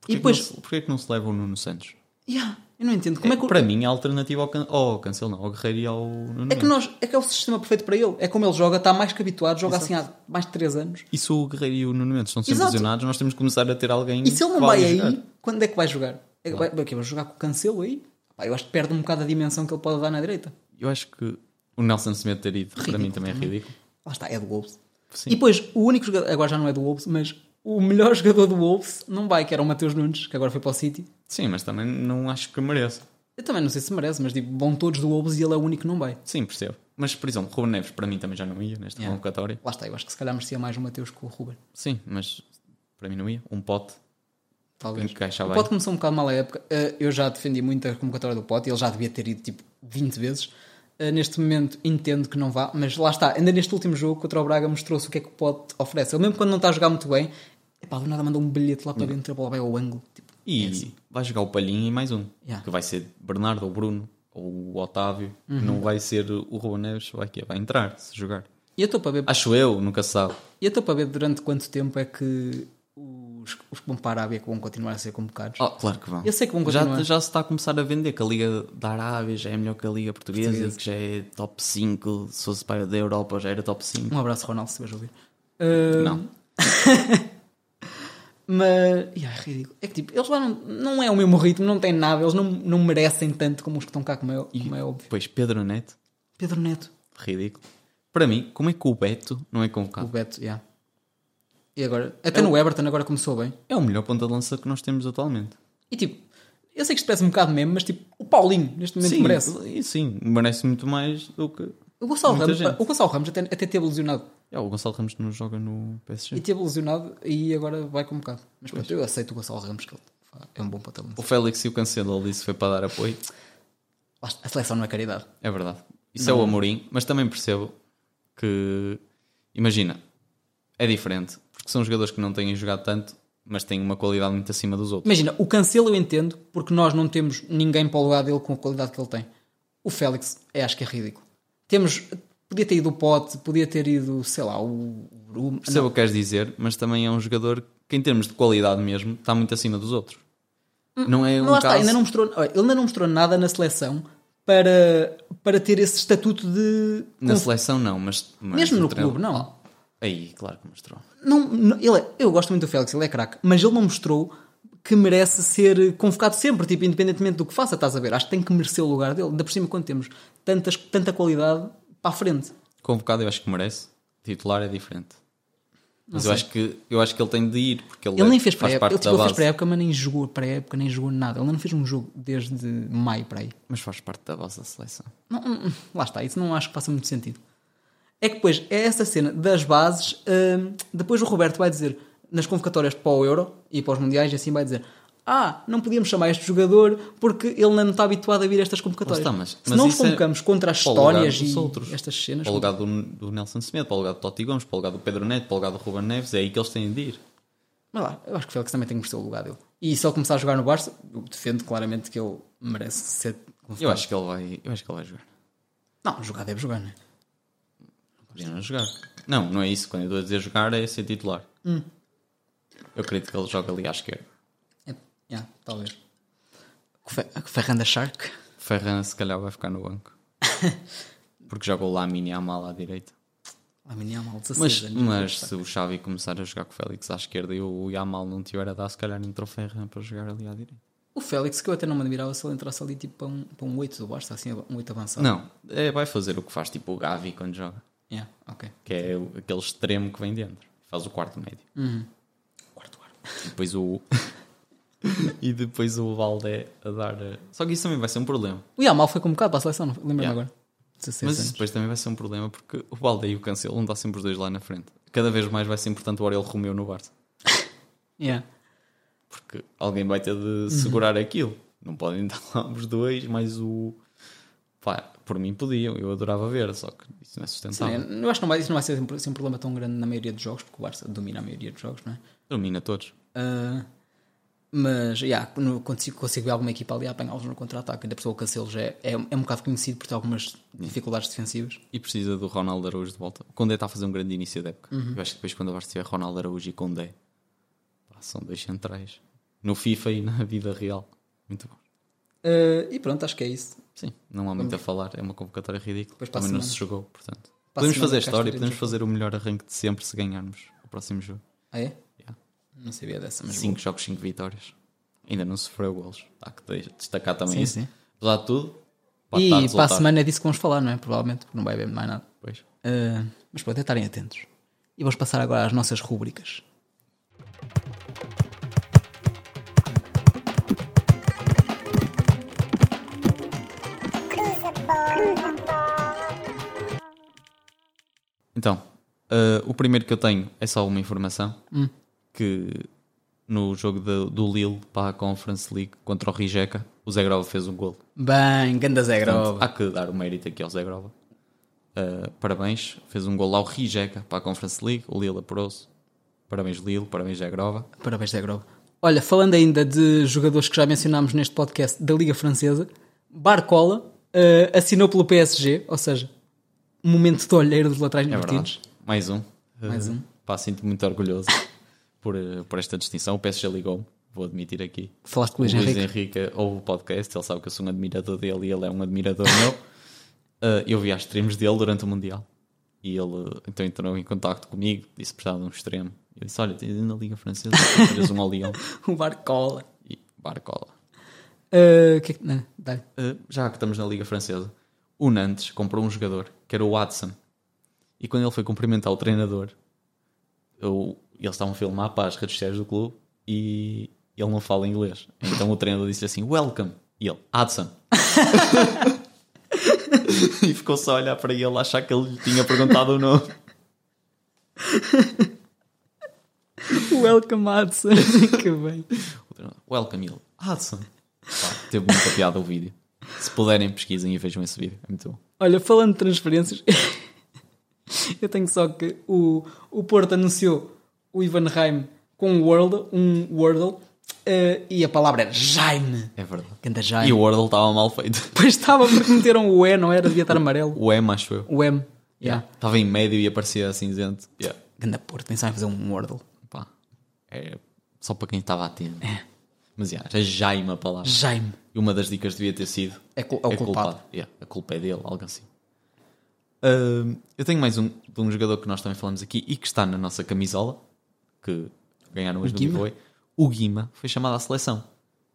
C: Porquê
B: e depois,
C: que não se- porquê que não se leva o Nuno Santos?
B: Yeah, eu não entendo. Como é, que, o-
C: Para mim, a alternativa ao, can... ao Cancelo, não, ao Guerreiro e ao Nuno.
B: é que
C: Mendes.
B: nós é que é o sistema perfeito para ele. É como ele joga, está mais que habituado, joga assim há mais de 3 anos.
C: E se o Guerreiro e o Nuno Mendes estão sempre
B: Exato.
C: lesionados, nós temos que começar a ter alguém.
B: E se ele
C: que
B: não
C: vá
B: vai
C: jogar.
B: aí, quando é que vai jogar? É, que vai, vai, o quê? vai jogar com o Cancelo aí? Pá, eu acho que perde um bocado a dimensão que ele pode dar na direita.
C: Eu acho que o Nelson Smith ter ido, para mim também é ridículo.
B: Lá está, é do Wolves.
C: Sim.
B: E depois, o único jogador, agora já não é do Wolves, mas o melhor jogador do Wolves não vai, que era o Mateus Nunes, que agora foi para o City.
C: Sim, mas também não acho que mereça.
B: Eu também não sei se merece, mas tipo, vão todos do Wolves e ele é o único que não vai.
C: Sim, percebo. Mas, por exemplo, Ruben Neves para mim também já não ia nesta
B: Yeah.
C: convocatória.
B: Lá está, eu acho que se calhar merecia mais o Mateus que o Ruben.
C: Sim, mas para mim não ia. Um pote.
B: talvez.
C: Encaixa
B: O
C: bem.
B: Pote começou um bocado mal a época. Eh, Eu já defendi muito a convocatória do Pote, ele já devia ter ido tipo 20 vezes. Eh, Neste momento entendo que não vá, mas lá está. Ainda neste último jogo contra o Braga mostrou-se o que é que o Pote oferece. Ele mesmo quando não está a jogar muito bem, epá, do nada mandou um bilhete lá para dentro, a bola vai ao ângulo. Tipo,
C: Hum. E vai jogar o Palhinha e mais um.
B: Yeah.
C: Que vai ser Bernardo ou Bruno ou o Otávio. Não vai ser o Ruben Neves. Vai, quê? vai entrar se jogar.
B: e eu estou para ver,
C: Acho eu, nunca se sabe.
B: e eu estou para ver durante quanto tempo é que os, os que vão para a Arábia que vão continuar a ser convocados.
C: Oh, claro que vão.
B: Eu sei que vão continuar.
C: já, já se está a começar a vender que a Liga da Arábia já é melhor que a Liga Portuguesa, que já é top 5. Se fosse para a da Europa já era top 5.
B: Um abraço, Ronaldo, se vais ouvir. Eh,
C: Não.
B: Mas. e, ai, é ridículo. É que tipo, eles lá não, não é o mesmo ritmo, não tem nada, eles não, não merecem tanto como os que estão cá, como é, como é óbvio.
C: Depois Pedro Neto,
B: Pedro Neto,
C: ridículo. Para mim, como é que o Beto não é
B: o
C: convocado?
B: Beto, yeah. E agora? Até no Everton agora começou bem.
C: É o melhor ponta de lança que nós temos atualmente.
B: E tipo, eu sei que isto parece um bocado mesmo, mas tipo, o Paulinho, neste momento,
C: Sim,
B: merece.
C: e sim, merece muito mais do que.
B: O Gonçalo
C: Muita
B: Ramos,
C: gente.
B: o Gonçalo Ramos até, até teve lesionado.
C: É, o Gonçalo Ramos não joga no
B: E
C: PSG.
B: teve lesionado e agora vai com um bocado. Mas pronto, eu aceito o Gonçalo Ramos, que ele é um bom patamar.
C: O Félix e o Cancelo ali se foi para dar apoio.
B: Lá está, A seleção não é caridade.
C: É verdade. Isso é o Amorim, mas também percebo que, imagina, é diferente, porque são jogadores que não têm jogado tanto, mas têm uma qualidade muito acima dos outros.
B: Imagina, o Cancelo eu entendo porque nós não temos ninguém para o lugar dele com a qualidade que ele tem. O Félix, é, acho que é ridículo. Temos, podia ter ido o Pote, podia ter ido, sei lá, o o Bruno.
C: Percebo o que queres dizer, mas também é um jogador que, em termos de qualidade mesmo, está muito acima dos outros. Não é um
B: Hum, Não, lá está,
C: caso...
B: ainda não mostrou, olha, ele ainda não mostrou nada na seleção para, para ter esse estatuto de.
C: Na seleção não, mas... mas
B: mesmo
C: o
B: no
C: treino-
B: clube, não.
C: Aí, claro que mostrou.
B: não, não- ele é- eu gosto muito do Félix, ele é craque, mas ele não mostrou que merece ser convocado sempre, tipo, independentemente do que faça, estás a ver? Acho que tem que merecer o lugar dele. Da por cima, quando temos tantas, tanta qualidade para a frente.
C: Convocado eu acho que merece, titular é diferente. Mas eu
B: sei.
C: acho, que, eu acho que ele tem de ir, porque ele,
B: Ele
C: é-
B: nem fez
C: faz
B: pré-época,
C: parte
B: ele,
C: da
B: tipo, ele
C: base.
B: fez pré-época, mas nem jogou pré-época, nem jogou nada. Ele não fez um jogo desde maio para aí.
C: Mas faz parte da base da seleção.
B: Não, não- lá está, isso não acho que faça muito sentido. É que depois, é essa cena das bases. hum, depois o Roberto vai dizer, nas convocatórias para o Euro e para os Mundiais, e assim vai dizer: Ah, não podíamos chamar este jogador porque ele não está habituado a vir a estas convocatórias.
C: Lá está, mas-
B: Se
C: mas
B: não os
C: isso é
B: convocamos contra as
C: para o lugar
B: histórias
C: dos
B: e
C: outros.
B: estas cenas.
C: Para o lugar do, do Nelson Semedo, para o lugar do Totti Gomes, para o lugar do Pedro Neto, para o lugar do Ruben Neves, é aí que eles têm de ir.
B: Mas lá, eu acho que o Félix também tem que merecer o lugar dele. E se ele começar a jogar no Barça, eu defendo claramente que ele merece ser convocado.
C: Eu acho que ele vai, eu acho que ele vai jogar.
B: Não, jogar deve jogar, não é?
C: Podia não jogar. Não, não é isso. Quando eu estou a dizer jogar, é ser titular. Eu acredito que ele joga ali à esquerda.
B: É, yeah, talvez. O Fe- o Ferranda Shark.
C: Ferran, se calhar, vai ficar no banco. Porque joga o Lamine e a mala à direita.
B: A minha mal 16
C: Mas,
B: anos.
C: mas se o Xavi começar a jogar com o Félix à esquerda e o Yamal não tiver a dar, se calhar entra o Ferran para jogar ali à direita.
B: O Félix, que eu até não me admirava se ele entrasse ali tipo para um, para um 8 do Barça, assim, um 8 avançado.
C: Não, é, vai fazer o que faz tipo o Gavi quando joga.
B: Yeah, ok.
C: que é o- aquele extremo que vem dentro. Faz o quarto médio.
B: Hum. Quarto ar.
C: E depois o. e depois o Valdé a dar. eh, Só que isso também vai ser um problema.
B: O Yamal foi convocado para a seleção, não- lembro-me
C: Yeah.
B: agora. 16
C: Mas isso
B: anos.
C: depois também vai ser um problema porque o Valdé e o Cancelo vão estar sempre os dois lá na frente. Cada vez mais vai ser importante o Ariel Romeu no Barça.
B: Yeah.
C: Porque alguém vai ter
B: Uhum.
C: de segurar aquilo. Não podem estar lá os dois, mas o. Pá, por mim podiam, eu adorava ver, só que isso não é sustentável.
B: Sim, eu acho que não vai, isso não vai ser um, ser um problema tão grande na maioria dos jogos, porque o Barça domina a maioria dos jogos, não é?
C: Domina todos.
B: Ah, mas, yeah, no- consigo, consigo ver alguma equipa ali a apanhá-los no contra-ataque. Ainda por cima o Cancelo já é, é, um- é um bocado conhecido por ter algumas dificuldades defensivas.
C: E precisa do Ronaldo Araújo de volta. O Condé está a fazer um grande início da época.
B: Uhum.
C: Eu acho que depois, quando o Barça tiver Ronaldo Araújo e Condé, pá, são dois centrais. No FIFA e na vida real. Muito bom.
B: Ah, e pronto, acho que é isso.
C: Sim, não há muito a falar. É uma convocatória ridícula.
B: Depois para a
C: Também não
B: semana.
C: se jogou, portanto.
B: a
C: podemos
B: semana
C: fazer a
B: cá
C: história,
B: estaremos
C: podemos
B: a
C: fazer o melhor arranque de sempre se ganharmos o próximo jogo.
B: Ah, é?
C: Yeah.
B: Não sabia dessa, mas
C: Cinco jogos, cinco vitórias. Ainda não sofreu golos. Há que de- destacar também
B: Sim,
C: isso.
B: sim.
C: Apesar de tudo, pá,
B: E
C: está
B: para a
C: resultado.
B: semana é disso que vamos falar, não é? Provavelmente, porque não vai haver mais nada.
C: Pois.
B: Ah, mas pronto, é estarem atentos. E vamos passar agora às nossas rúbricas. Hum.
C: Então, eh, o primeiro que eu tenho é só uma informação que no jogo de- do Lille para a Conference League contra o Rijeka, o Zé Grova fez um gol.
B: Bem, ganda Zé Grova.
C: Há que dar o mérito aqui ao Zé Grova. Uh, parabéns, fez um gol ao Rijeka para a Conference League, o Lille apurou-se. Parabéns Lille, parabéns Zé Grova.
B: Parabéns, Zé Grove. Olha, falando ainda de jogadores que já mencionámos neste podcast da Liga Francesa, Barcola eh, assinou pelo PSG, ou seja, um momento de olheiro dos laterais
C: É
B: invertidos.
C: verdade. Mais um.
B: Mais
C: Uh,
B: um.
C: Pá, sinto-me muito orgulhoso por, uh, por esta distinção. O PSG ligou-me, vou admitir aqui.
B: Falaste com o
C: O
B: Luís
C: Luís
B: Henrique.
C: Henrique ouve o podcast, ele sabe que eu sou um admirador dele e ele é um admirador meu. Uh, eu vi as streams dele durante o Mundial e ele uh, então entrou em contacto comigo, disse que precisava de um extremo. Eu disse: Olha, tens aí na Liga Francesa, tens um ao Lyon
B: O Barcola.
C: e barcola.
B: Eh, que é que- não, dá-lhe.
C: Uh, já que estamos na Liga Francesa, o Nantes comprou um jogador, que era o Watson. E quando ele foi cumprimentar o treinador, eu- eles estavam a filmar para as redes sociais do clube e ele não fala inglês. Então o treinador disse assim: Welcome. E ele, Watson. e ficou só a olhar para ele, a achar que ele lhe tinha perguntado o nome.
B: Welcome, Hudson. que bem.
C: O treinador, Welcome, ele, Watson. Pá, teve muita piada o vídeo. Se puderem, pesquisem e vejam esse vídeo. É muito bom.
B: Olha, falando de transferências, eu tenho só que o, o Porto anunciou o Ivan Reim com um Wordle, um Wordle eh, e a palavra era Jaime.
C: É verdade.
B: Ganda
C: E
B: Jaime.
C: o Wordle estava mal feito.
B: Pois estava porque meteram o E, não era? Devia estar amarelo.
C: O M, acho eu.
B: O M. Yeah.
C: Yeah. Estava em médio e aparecia cinzento. Yeah.
B: Ganda Porto, nem sabem fazer um Wordle.
C: Pá. É só para quem estava atento.
B: É.
C: Mas yeah, era Jaime a palavra.
B: Jaime.
C: E uma das dicas devia ter sido.
B: É cul- é o culpado.
C: Yeah, a culpa é dele, algo assim. Ahm, eu tenho mais um de um jogador que nós também falamos aqui e que está na nossa camisola, que ganharam hoje no
B: Guima?
C: giveaway. O Guima foi chamado à seleção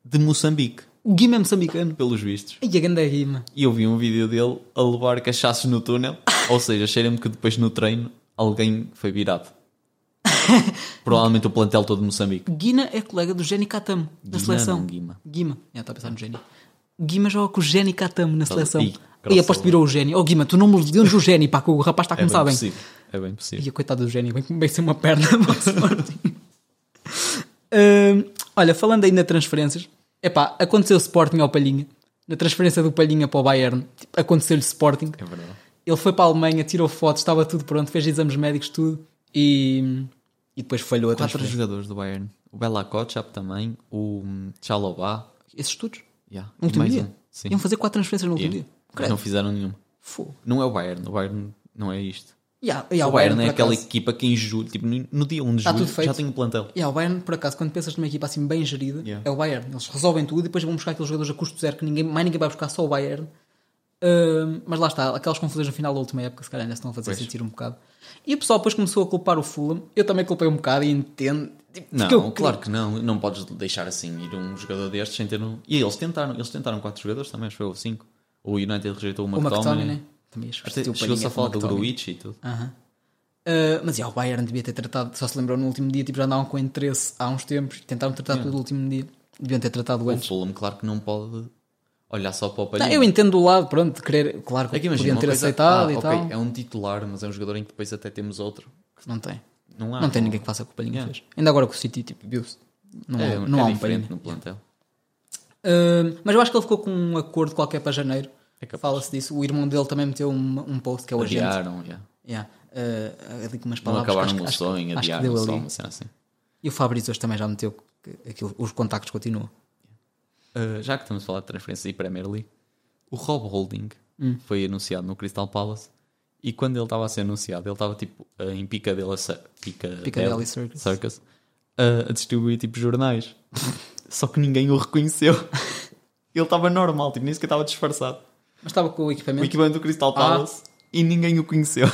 C: de Moçambique,
B: O Guima é moçambicano.
C: pelos vistos.
B: E a ganda Guima.
C: E eu vi um vídeo dele a levar cachaços no túnel. Ou seja, cheira-me que depois no treino alguém foi virado. Provavelmente o plantel todo de Moçambique.
B: Guina é colega do Jenny Catamo na
C: Guina,
B: seleção.
C: não Guima.
B: Guima. Já está a pensar no Jenny. Guima joga com o Jenny Catamo na seleção.
C: Ih,
B: E aposto que virou o Jenny. Oh Guima, tu não me deu o Jenny, pá, que o rapaz está a
C: É
B: começar
C: bem
B: bem.
C: possível. É bem possível.
B: E a coitada do Jenny, bem que me bem ser uma perna para o Sporting. Hum, olha, falando ainda de transferências, epá, aconteceu o Sporting ao Palhinha. Na transferência do Palhinha para o Bayern, tipo, aconteceu-lhe Sporting.
C: É verdade.
B: Ele foi para a Alemanha, tirou fotos, estava tudo pronto, fez exames médicos, tudo. E, e depois falhou a
C: Quatro
B: transferência.
C: jogadores do Bayern. O Bela Kotchap também. O Chalobá.
B: Esses estudos?
C: Yeah.
B: No
C: E
B: último
C: mais
B: dia?
C: um. Sim.
B: Iam fazer quatro transferências no último
C: Yeah.
B: dia?
C: Mas
B: Credo.
C: Não fizeram nenhuma.
B: Fogo.
C: Não é o Bayern. O Bayern não é isto.
B: E há- e há
C: o Bayern, é
B: por
C: aquela
B: acaso.
C: equipa que em julho, tipo, no no dia 1 de
B: Está
C: julho,
B: tudo feito.
C: já tem o plantel.
B: E há o Bayern, por acaso, quando pensas numa equipa assim bem gerida,
C: Yeah.
B: é o Bayern. Eles resolvem tudo e depois vão buscar aqueles jogadores a custo zero que ninguém, mais ninguém vai buscar, só o Bayern. Ahm, mas lá está, aquelas confusões no final da última época, se calhar ainda se estão a fazer
C: Pois.
B: sentir um bocado. E o pessoal depois começou a culpar o Fulham. Eu também culpei um bocado e entendo. Tipo,
C: Não,
B: porque eu-
C: claro que não. Não podes deixar assim ir um jogador destes sem ter um. E eles tentaram, eles tentaram quatro jogadores também, acho que foi o cinco. O United rejeitou o
B: O McTominay.
C: McTominay.
B: Também ia
C: Até
B: substituir um o
C: Chegou-se
B: Palhinha
C: a falar do
B: pelo McTominay.
C: Gruitch e tudo.
B: Aham. Ah, mas já, o Bayern devia ter tratado, só se lembrou no último dia, tipo, já andavam com interesse há uns tempos, tentaram tratar tudo no último dia, deviam ter tratado
C: O
B: antes.
C: Fulham, claro que não pode olhar só para o
B: Não,
C: Palhinha.
B: eu entendo do lado, pronto, de querer, claro que
C: É que
B: podiam
C: imagina,
B: ter
C: uma coisa-
B: aceitado
C: ah,
B: e
C: ok,
B: tal.
C: É um titular, mas é um jogador em que depois até temos outro.
B: Não tem.
C: Não há.
B: não tem ninguém que faça o que o Palhinha
C: Ah. Yeah.
B: fez. Ainda agora que o City, tipo, viu-se. Não,
C: É,
B: há- não
C: é
B: há um
C: diferente
B: Palhinha.
C: no plantel.
B: Ah, mas eu acho que ele ficou com um acordo qualquer para janeiro.
C: É capaz.
B: Fala-se disso. O irmão dele também meteu um, um post que é o agente.
C: Adiaram, yeah.
B: Yeah. Ah, ali com umas
C: não
B: palavras.
C: acabaram
B: acho que-
C: no
B: acho que-
C: sonho,
B: acho que
C: adiaram
B: deu
C: só
B: ali.
C: uma cena assim.
B: E o Fabrício hoje também já meteu que aquilo- os contactos continuam.
C: Uh, já que estamos a falar de transferências e Premier League, o Rob Holding foi anunciado no Crystal Palace e quando ele estava a ser anunciado, ele estava tipo uh, em Piccadilly, Cir- Piccadilly,
B: Piccadilly Circus.
C: uh, a distribuir tipo jornais. Só que ninguém o reconheceu. ele estava normal, tipo, nem sequer estava disfarçado.
B: Mas estava com o
C: O
B: equipamento.
C: equipamento do Crystal Palace e ninguém o conheceu.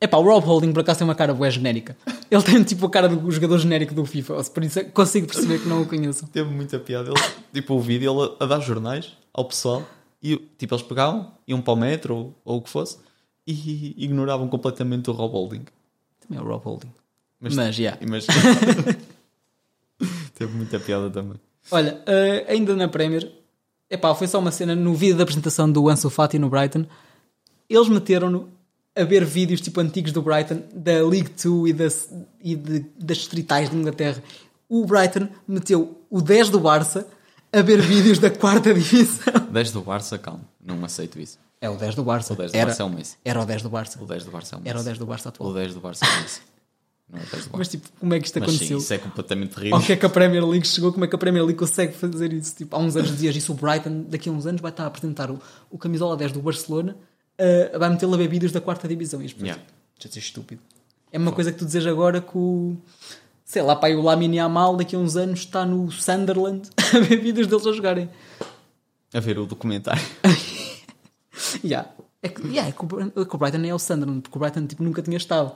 B: Epá, o Rob Holding por acaso tem uma cara bué genérica. Ele tem tipo a cara do jogador genérico do FIFA, por isso consigo perceber que não o conheço.
C: Teve muita piada. Ele, tipo, o vídeo ele a dar jornais ao pessoal e tipo, eles pegavam, iam para o metro ou, ou o que fosse e ignoravam completamente o Rob Holding.
B: Também é o Rob Holding.
C: Mas-
B: Mas, já.
C: E Mas teve muita piada também.
B: Olha, eh, ainda na Premier, epá, foi só uma cena no vídeo da apresentação do Ansu Fati no Brighton. Eles meteram-no a ver vídeos tipo antigos do Brighton, da League 2 e, das e de- das distritais de Inglaterra. O o Brighton meteu o 10 do Barça a ver vídeos da quarta divisão.
C: 10 do Barça, calma, não aceito isso.
B: É o 10 do Barça.
C: O 10 do
B: era,
C: Barça é o Messi.
B: era o 10 do Barça.
C: O 10 do Barça é o Messi.
B: Era o 10 do Barça atual.
C: O 10 do Barça é o Messi. Não é o 10 do Barça.
B: Mas tipo, como é que isto
C: Mas sim,
B: aconteceu?
C: isso é completamente ridículo.
B: Ao que é que a Premier League chegou? Como é que a Premier League consegue fazer isso? Tipo, há uns anos dias isso o Brighton, daqui a uns anos, vai estar a apresentar o, o camisola 10 do Barcelona, ah, vai metê-lo a ver vídeos da quarta divisão. E as pessoas,
C: Yeah.
B: tipo, já dizes estúpido. É uma coisa que tu dizes agora que o. Sei lá, pá, e o Lamine Yamal daqui a uns anos está no Sunderland a ver vídeos deles a jogarem.
C: A ver o documentário.
B: Yeah. É, que, yeah, é, que o, Br- é que o Brighton nem é o Sunderland, porque o Brighton tipo, nunca tinha estado.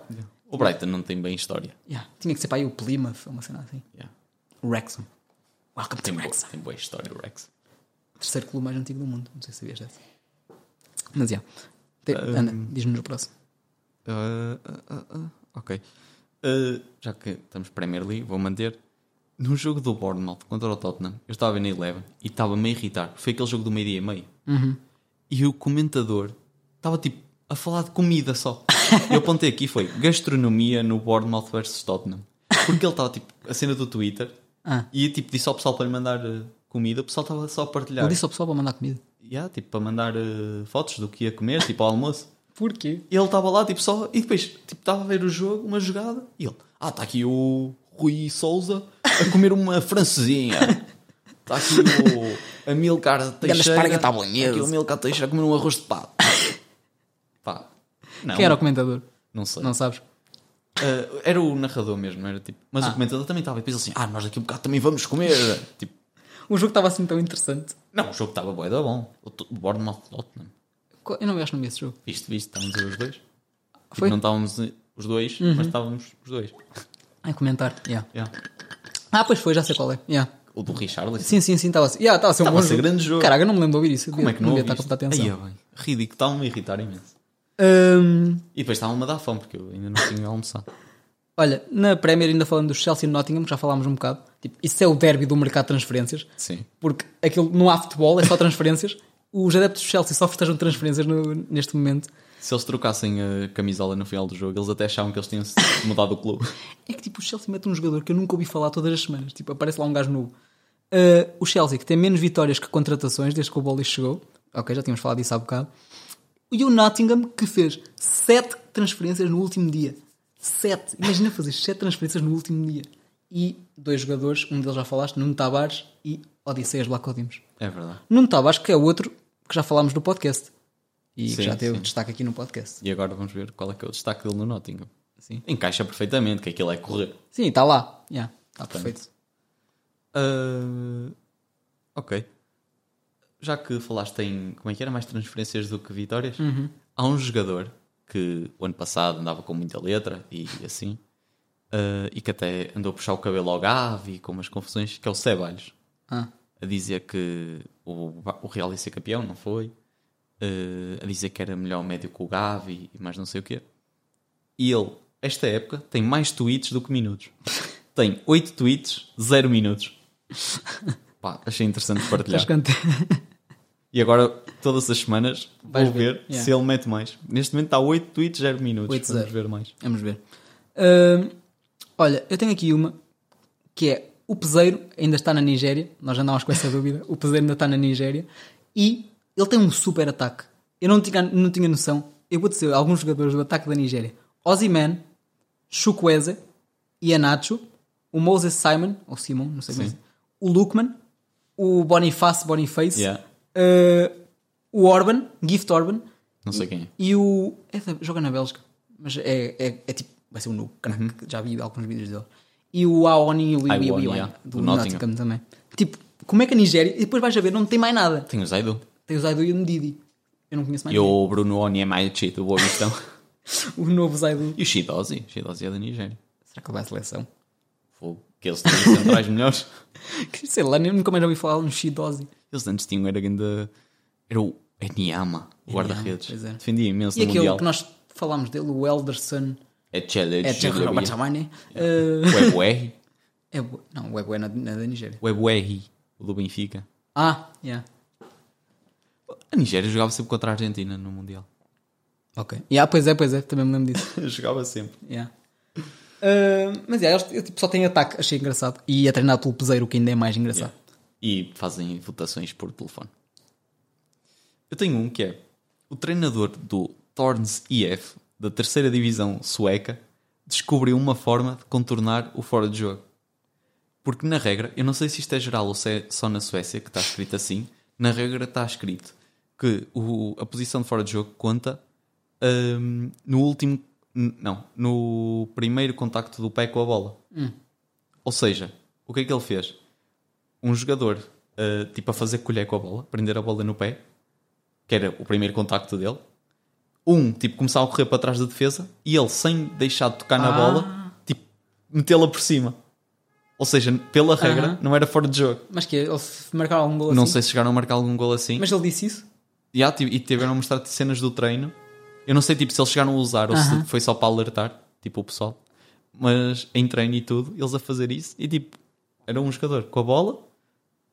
C: O Brighton não tem bem história.
B: Yeah. Tinha que ser para aí o Plymouth, uma cena assim.
C: Yeah.
B: O Wrexham. Welcome to
C: Tem, boa,
B: Wrexham.
C: tem boa história o Rex.
B: Terceiro clube mais antigo do mundo. Não sei se sabias dessa. Mas, já. Te- Anda,
C: hum.
B: diz-nos o próximo.
C: Ah, ah, ah, ah, ok. Ah, já que estamos Premier League, vou manter. No jogo do Bournemouth contra o Tottenham, eu estava na Eleven e estava-me a irritar. Foi aquele jogo do meio-dia e meio.
B: Uhum.
C: E o comentador estava tipo a falar de comida só. Eu apontei aqui foi gastronomia no Bournemouth versus Tottenham. Porque ele estava tipo a cena do Twitter
B: Ah.
C: e tipo disse ao pessoal para lhe mandar eh, comida. O pessoal estava só a partilhar.
B: Eu disse ao pessoal para mandar comida.
C: Yeah, tipo, para mandar eh, fotos do que ia comer, tipo ao almoço.
B: Porquê?
C: E ele estava lá, tipo, só. E depois, tipo, estava a ver o jogo, uma jogada, e ele, ah, está aqui o Rui Souza a comer uma francesinha. Está aqui o Amilcar Teixeira.
B: esparga
C: Está
B: tabuinhesa.
C: aqui o Amilcar Teixeira a comer um arroz de pato. Pá. Não,
B: Quem era o comentador?
C: não sei.
B: Não sabes?
C: Ah, era o narrador mesmo, era tipo. Mas o comentador também estava e depois assim, ah, nós daqui a um bocado também vamos comer. tipo,
B: O jogo estava assim tão interessante.
C: não, o jogo estava bué da bom. O Tot- o Bournemouth Tottenham.
B: Qual- Eu não acho que não vi esse jogo.
C: é?" Viste, viste, estávamos a ver os dois. Tipo,
B: Foi? Uhum.
C: não estávamos eh, os dois, mas estávamos os dois.
B: Ai, comentar. Yeah.
C: Yeah.
B: Ah, pois foi, já sei qual é. Yeah.
C: O do Richarlison.
B: Sim, sim, sim, estava assim. Yeah, estava a ser um
C: Estava
B: bom
C: a ser grande jogo.
B: Caraca, eu não me lembro de ouvir isso. Eu
C: Como
B: devia-
C: é que não
B: devia
C: ouviste?
B: estar a prestar atenção.
C: Aí, é bem. Ridículo, estava-me a irritar imenso.
B: Hum,
C: E depois estava-me a dar fome, porque eu ainda não tinha almoçado.
B: olha, na Premier ainda falando do Chelsea e Nottingham, que já falámos um bocado. Tipo, isso é o derby do mercado de transferências.
C: Sim.
B: porque aquilo não há futebol, é só transferências. Os adeptos do Chelsea só festejam transferências no- neste momento.
C: Se eles trocassem a camisola no final do jogo, eles até achavam que eles tinham mudado o clube.
B: É que tipo, o Chelsea mete um jogador que eu nunca ouvi falar todas as semanas. Tipo, aparece lá um gajo novo. Ah, o Chelsea, que tem menos vitórias que contratações desde que o Bolis chegou. Ok, já tínhamos falado disso há bocado. E o Nottingham, que fez 7 transferências no último dia. 7. Imagina fazer 7 transferências no último dia. E dois jogadores, um deles já falaste, Nuno Tavares e Odisseias Blacodimos.
C: É verdade.
B: Nuno Tavares, que é outro que já falámos no podcast. E que
C: Sim,
B: já teve
C: sim.
B: destaque aqui no podcast.
C: E agora vamos ver qual é que é o destaque dele no Nottingham. Encaixa perfeitamente, que aquilo é correr.
B: Sim, está lá. Yeah, está perfeito.
C: Ah, ok. Já que falaste em como é que era mais transferências do que vitórias, há um jogador que o ano passado andava com muita letra e assim, ah, e que até andou a puxar o cabelo ao Gavi com umas confusões, que é o Ceballos,
B: Ah,
C: a dizer que o, o Real ia ser campeão, não foi, ah, a dizer que era melhor médio que o Gavi e mais não sei o quê. E ele, esta época, tem mais tweets do que minutos. Tem 8 tweets, 0 minutos. Pá, achei interessante partilhar.
B: estás contente?
C: E agora, todas as semanas,
B: Vais
C: vou
B: ver,
C: ver,
B: yeah.
C: se ele mete mais. Neste momento está 8 tweets, 0 minutos.
B: 8,
C: Vamos
B: 0.
C: ver mais.
B: Vamos ver. Ahm, olha, eu tenho aqui uma que é o Peseiro ainda está na Nigéria. Nós andámos com essa dúvida. O Peseiro ainda está na Nigéria e ele tem um super ataque. Eu não tinha, não tinha noção. Eu vou dizer alguns jogadores do ataque da Nigéria: Ozyman, Chukwueze, Ianacho, o Moses Simon, ou Simon, não sei é bem, o Lukman, o Boniface Boniface,
C: Yeah.
B: ah, o Orban, Gift Orban,
C: Não sei quem é.
B: e o. É da- joga na Bélgica, mas é, é, é tipo. Vai ser um novo craque,
C: Uhum.
B: já vi alguns vídeos dele. E o Aoni e o
C: Aoni,
B: Iwiwi,
C: yeah,
B: do
C: do
B: Nottingham.
C: Nottingham.
B: também. Tipo, como é que a Nigéria. E depois vais a ver, não tem mais nada.
C: Tem o Zaidu.
B: Tem o Zaidu e o Ndidi. Eu não conheço mais
C: E o Bruno Oni é mais cheat, o Boa Vistão.
B: ninguém. O novo Zaidu.
C: e o Shidozi. O Shidozi é da Nigéria.
B: Será que ele vai à seleção?
C: Fogo. Que eles têm centrais melhores.
B: Sei lá, nem- nunca mais ouvi falar um no Shidozi.
C: Eles antes tinham, era ainda... Era o Enyama, o guarda-redes.
B: pois é.
C: Defendia imenso
B: E
C: no
B: aquele
C: Mundial.
B: que nós falámos dele, o Elderson.
C: É Challenge.
B: É Tchelo Batamane. Eh,
C: Webuerri.
B: É. bu- Não, o Ebo é na, na da Nigéria.
C: Webuerri, o do Benfica.
B: Ah, yeah.
C: A Nigéria jogava sempre contra a Argentina no Mundial.
B: Ok. Yeah, pois é, pois é, também me lembro disso.
C: jogava sempre.
B: Yeah. Ah, mas é, eles eu, tipo, só têm ataque, achei engraçado. E a treinar pelo peseiro, o que ainda é mais engraçado.
C: E fazem votações por telefone. Eu tenho um que é o treinador do Thorns IF da terceira divisão sueca descobriu uma forma de contornar o fora de jogo. Porque na regra, eu não sei se isto é geral ou se é só na Suécia que está escrito assim, na regra está escrito que o- a posição de fora de jogo conta hum, no último. n- Não, no primeiro contacto do pé com a bola. Ou seja, o que é que ele fez? Um jogador, ah, tipo, a fazer colher com a bola, prender a bola no pé, que era o primeiro contacto dele. Um, tipo, começava a correr para trás da defesa e ele, sem deixar de tocar na
B: Ah.
C: bola, tipo, metê-la por cima. Ou seja, pela regra,
B: Aham.
C: não era fora de jogo.
B: Mas que é, eles marcaram algum gol
C: Não
B: assim?
C: sei se chegaram a marcar algum gol assim.
B: Mas ele disse isso?
C: E há, tipo, e tiveram a mostrar cenas do treino. Eu não sei tipo, se eles chegaram a usar ou
B: Aham.
C: se foi só para alertar, tipo o pessoal. Mas em treino e tudo, eles a fazer isso. E tipo, era um jogador com a bola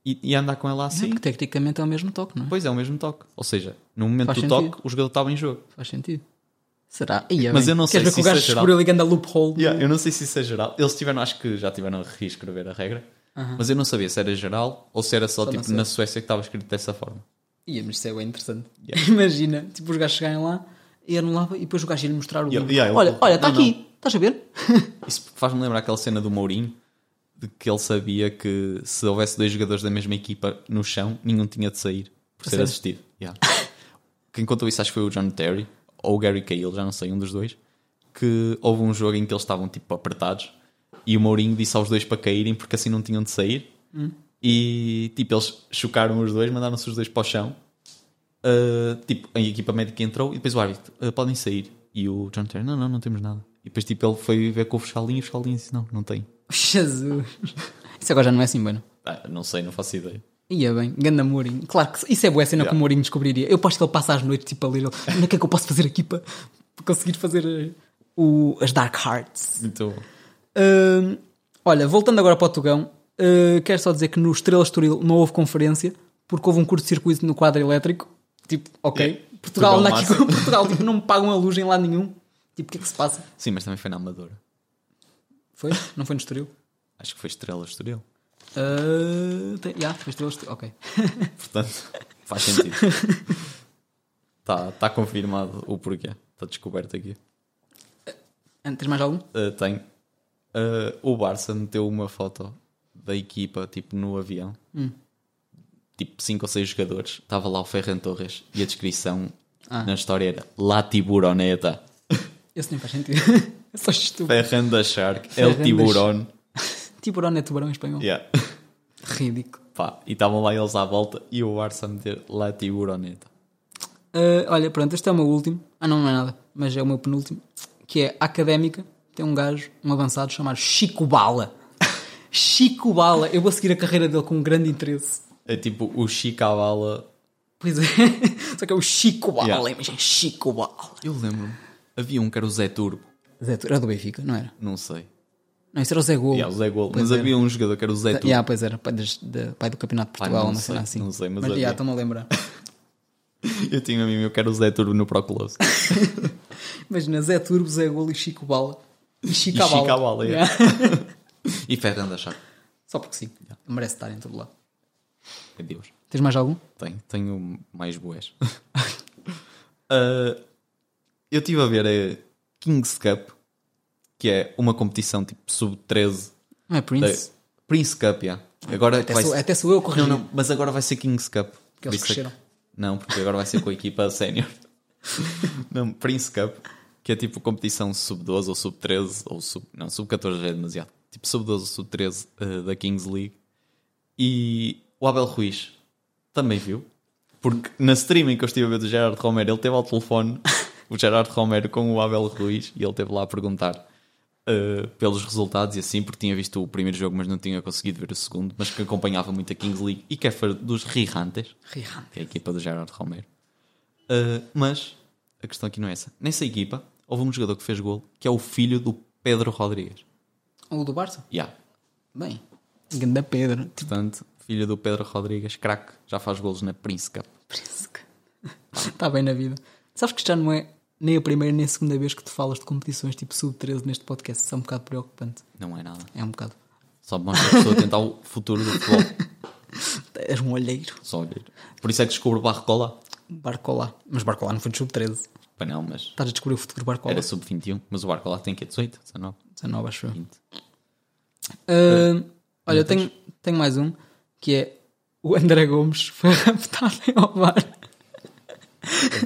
C: e, e a andar com ela assim.
B: Porque tecnicamente é o mesmo toque, não é?
C: Pois é, o mesmo toque. Ou seja, no momento
B: Faz
C: do
B: sentido.
C: toque, o jogador estava em jogo.
B: Faz sentido. Será? Ia
C: Mas
B: bem.
C: eu não sei
B: Queres ver
C: se
B: que o
C: isso
B: gajo
C: é geral.
B: descobriu ligando a loophole?
C: Yeah, eu não sei se isso é geral. Eles tiveram, acho que já tiveram a reescrever a regra. Mas eu não sabia se era geral ou se era só,
B: Só na
C: tipo
B: Suécia.
C: na Suécia que estava escrito dessa forma.
B: Ia, mas isso é bem interessante. Imagina, tipo, os gajos chegarem lá, e anulavam, e depois o gajo ia-lhe mostrar o
C: Yeah,
B: livro.
C: yeah, ele-
B: olha, olha, está
C: Não,
B: aqui, estás a ver?
C: Isso faz-me lembrar aquela cena do Mourinho de que ele sabia que se houvesse dois jogadores da mesma equipa no chão, nenhum tinha de sair
B: A
C: por ser
B: sério?
C: assistido. Yeah. Quem contou isso acho que foi o John Terry ou o Gary Cahill, já não sei, um dos dois. Que houve um jogo em que eles estavam tipo apertados e o Mourinho disse aos dois para caírem porque assim não tinham de sair.
B: Hum.
C: E tipo, eles chocaram os dois, mandaram-se os dois para o chão. Uh, tipo, a equipa médica entrou e depois o árbitro, "Uh, podem sair. E o John Terry, não, não, não temos nada. E depois tipo, ele foi ver com o fiscalinho e o fiscalinho disse, não, não tem.
B: Jesus. Isso agora já não é assim, bueno.
C: Ah, não sei, não faço ideia.
B: Ia bem, ganda Mourinho. Claro que isso é boa cena que
C: Yeah.
B: o Mourinho descobriria. Eu aposto que ele passa as noites tipo a ler. Ele, "Não, o que é que eu posso fazer aqui para para conseguir fazer eh, o, as Dark Hearts?
C: Muito bom.
B: Hum, olha, voltando agora para o Tugão, eh, quero só dizer que no Estrela Estoril não houve conferência porque houve um curto-circuito no quadro elétrico. Tipo, ok,
C: Yeah.
B: Portugal,
C: Tugão
B: anda aqui
C: massa.
B: com- Portugal tipo, não me pagam a luz em lado nenhum. Tipo, o que é que se passa?
C: Sim, mas também foi na Amadora.
B: Foi? Não foi no Estoril?
C: Acho que foi Estrela Estoril.
B: Eh, tem- yeah, foi Estrela Estoril. Ok.
C: Portanto, faz sentido. Está tá confirmado o porquê. Está descoberto aqui.
B: Ah, Tens mais algum?
C: Uh, tenho. Uh, o Barça meteu uma foto da equipa, tipo, no avião.
B: Hum.
C: Tipo, cinco ou seis jogadores. Estava lá o Ferran Torres. E a descrição
B: Ah.
C: na história era La Tiburoneta.
B: Esse nem faz sentido. Eu sou estúpido.
C: Ferran da Shark.
B: Ferran
C: El
B: da
C: Tiburón.
B: Tiburão é tubarão em espanhol.
C: Yeah.
B: Ridículo.
C: Pá, e estavam lá eles à volta. E o Barça a meter La Tiburoneta.
B: Ah, olha, pronto, este é o meu último. Ah, não, não é nada, mas é o meu penúltimo. Que é académica. Tem um gajo, um avançado, chamado Chico Bala. Chico Bala. Eu vou seguir a carreira dele com grande interesse.
C: É tipo o Chicabala.
B: Pois é. Só que é o Chico Bala,
C: Yeah.
B: imagina, Chico Bala.
C: Eu lembro-me. Havia um que era o Zé Turbo.
B: Zé, tu- era do Benfica, não era?
C: Não sei.
B: Não, isso era o Zé Golo.
C: Yeah, o Zé Gol.
B: Pois
C: Mas
B: era.
C: havia um jogador que era o Zé Turbo.
B: Yeah, pois era, pai, das- da- pai do Campeonato de
C: Pai,
B: Portugal,
C: não
B: uma cena
C: sei,
B: assim.
C: não sei, mas
B: já
C: havia.
B: estou-me a lembrar.
C: Eu tinha um amigo que era o Zé Turbo no Proclose.
B: Imagina, Zé Turbo, Zé Golo e Chico Bala. E Chico
C: E
B: Bala.
C: Chico Bala, yeah.
B: Yeah.
C: e Ferran da Shark.
B: Só porque sim. Merece estar em todo lado.
C: Meu Deus.
B: Tens mais algum?
C: Tenho, tenho mais boés. Ah, eu estive a ver a Kings Cup, que é uma competição tipo sub-13.
B: Não é
C: da-
B: Prince?
C: Prince Cup, yeah. Agora
B: Até,
C: vai
B: sou,
C: ser-
B: até sou eu a
C: Não,
B: corrigir.
C: não, mas agora vai ser Kings Cup.
B: Que eles
C: Por isso é
B: cresceram.
C: Não, porque agora vai ser com a equipa sénior. Não, Prince Cup, que é tipo competição sub-12 ou sub-13, ou sub... Não, sub-14 já é demasiado. Tipo sub-12 ou sub-13 eh, da Kings League. E o Abel Ruiz também viu. Porque na streaming que eu estive a ver do Gerardo Romero, ele teve ao telefone o Gerardo Romero com o Abel Ruiz e ele teve lá a perguntar eh, pelos resultados e assim, porque tinha visto o primeiro jogo, mas não tinha conseguido ver o segundo, mas que acompanhava muito a Kings League e que é fã dos Rihantes,
B: Rihanna.
C: que é a equipa do Gerardo Romero. Eh, mas a questão aqui não é essa. Nessa equipa, houve um jogador que fez gol, que é o filho do Pedro Rodrigues.
B: Ou do Barça?
C: Yeah.
B: Bem. Ganda Pedro. Tipo,
C: Portanto, filho do Pedro Rodrigues, craque, já faz golos na Prince Cup.
B: Tá Prince. Está bem na vida. Sabes que já não é nem a primeira nem a segunda vez que tu falas de competições tipo sub-13 neste podcast. Isso é um bocado preocupante.
C: Não é nada.
B: É um bocado.
C: Só mostra a pessoa tentar o futuro do futebol.
B: És um olheiro.
C: Só olhar. Por isso é que descubro o Barcola.
B: Barcolá. Mas Barcolá não foi de sub-13.
C: Pá, não, mas
B: Estás a descobrir o futuro Barcolá.
C: era sub-21. Mas o Barcola tem que é 18, 19,
B: 19, acho eu.
C: 20.
B: Ah, olha, eu tenho, tenho mais um que é o André Gomes foi raptado em Ovar.
C: É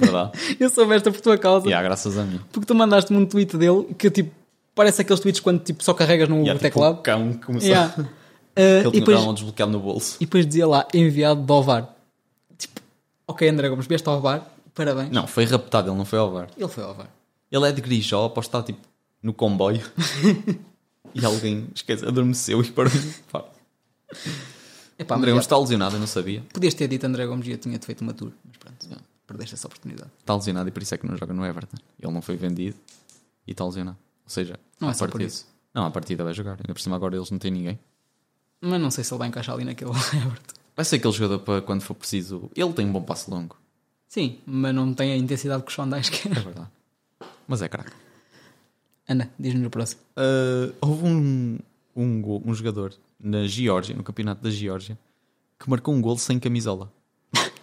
C: verdade.
B: Eu soube esta por tua causa.
C: e há graças a mim.
B: Porque tu mandaste-me um tweet dele que tipo parece aqueles tweets quando tipo, só carregas no
C: E há tipo
B: teclado.
C: um cão que começou.
B: Yeah. Ah,
C: Ele
B: e,
C: tinha
B: depois,
C: um desbloqueado no bolso.
B: e depois dizia lá enviado de Ovar. Tipo, ok, André Gomes, vieste ao Ovar, parabéns.
C: Não, foi raptado, ele não foi ao bar.
B: Ele foi ao Ovar.
C: Ele é de Grijó, aposto que está tipo no comboio. e alguém, esquece, adormeceu e parou. Pá,
B: Epá, mas
C: André Gomes
B: já-
C: está lesionado, eu não sabia.
B: podias ter dito André Gomes e eu tinha-te feito uma tour, mas pronto, perdeste essa oportunidade.
C: Está lesionado e por isso é que não joga no Everton. Ele não foi vendido e está lesionado. Ou seja,
B: Não
C: à
B: é só por
C: partida-
B: isso.
C: Não, a partida vai jogar. Ainda por cima agora eles não têm ninguém.
B: Mas não sei se ele vai encaixar ali naquele Everton.
C: Vai ser aquele jogador para quando for preciso. Ele tem um bom passo longo,
B: Sim, mas não tem a intensidade que o Sean Dyche quer.
C: é verdade. Mas é craque.
B: Ana, diz-nos o próximo.
C: Uh, houve um, um, gol- um jogador na Geórgia, no campeonato da Geórgia, que marcou um gol sem camisola.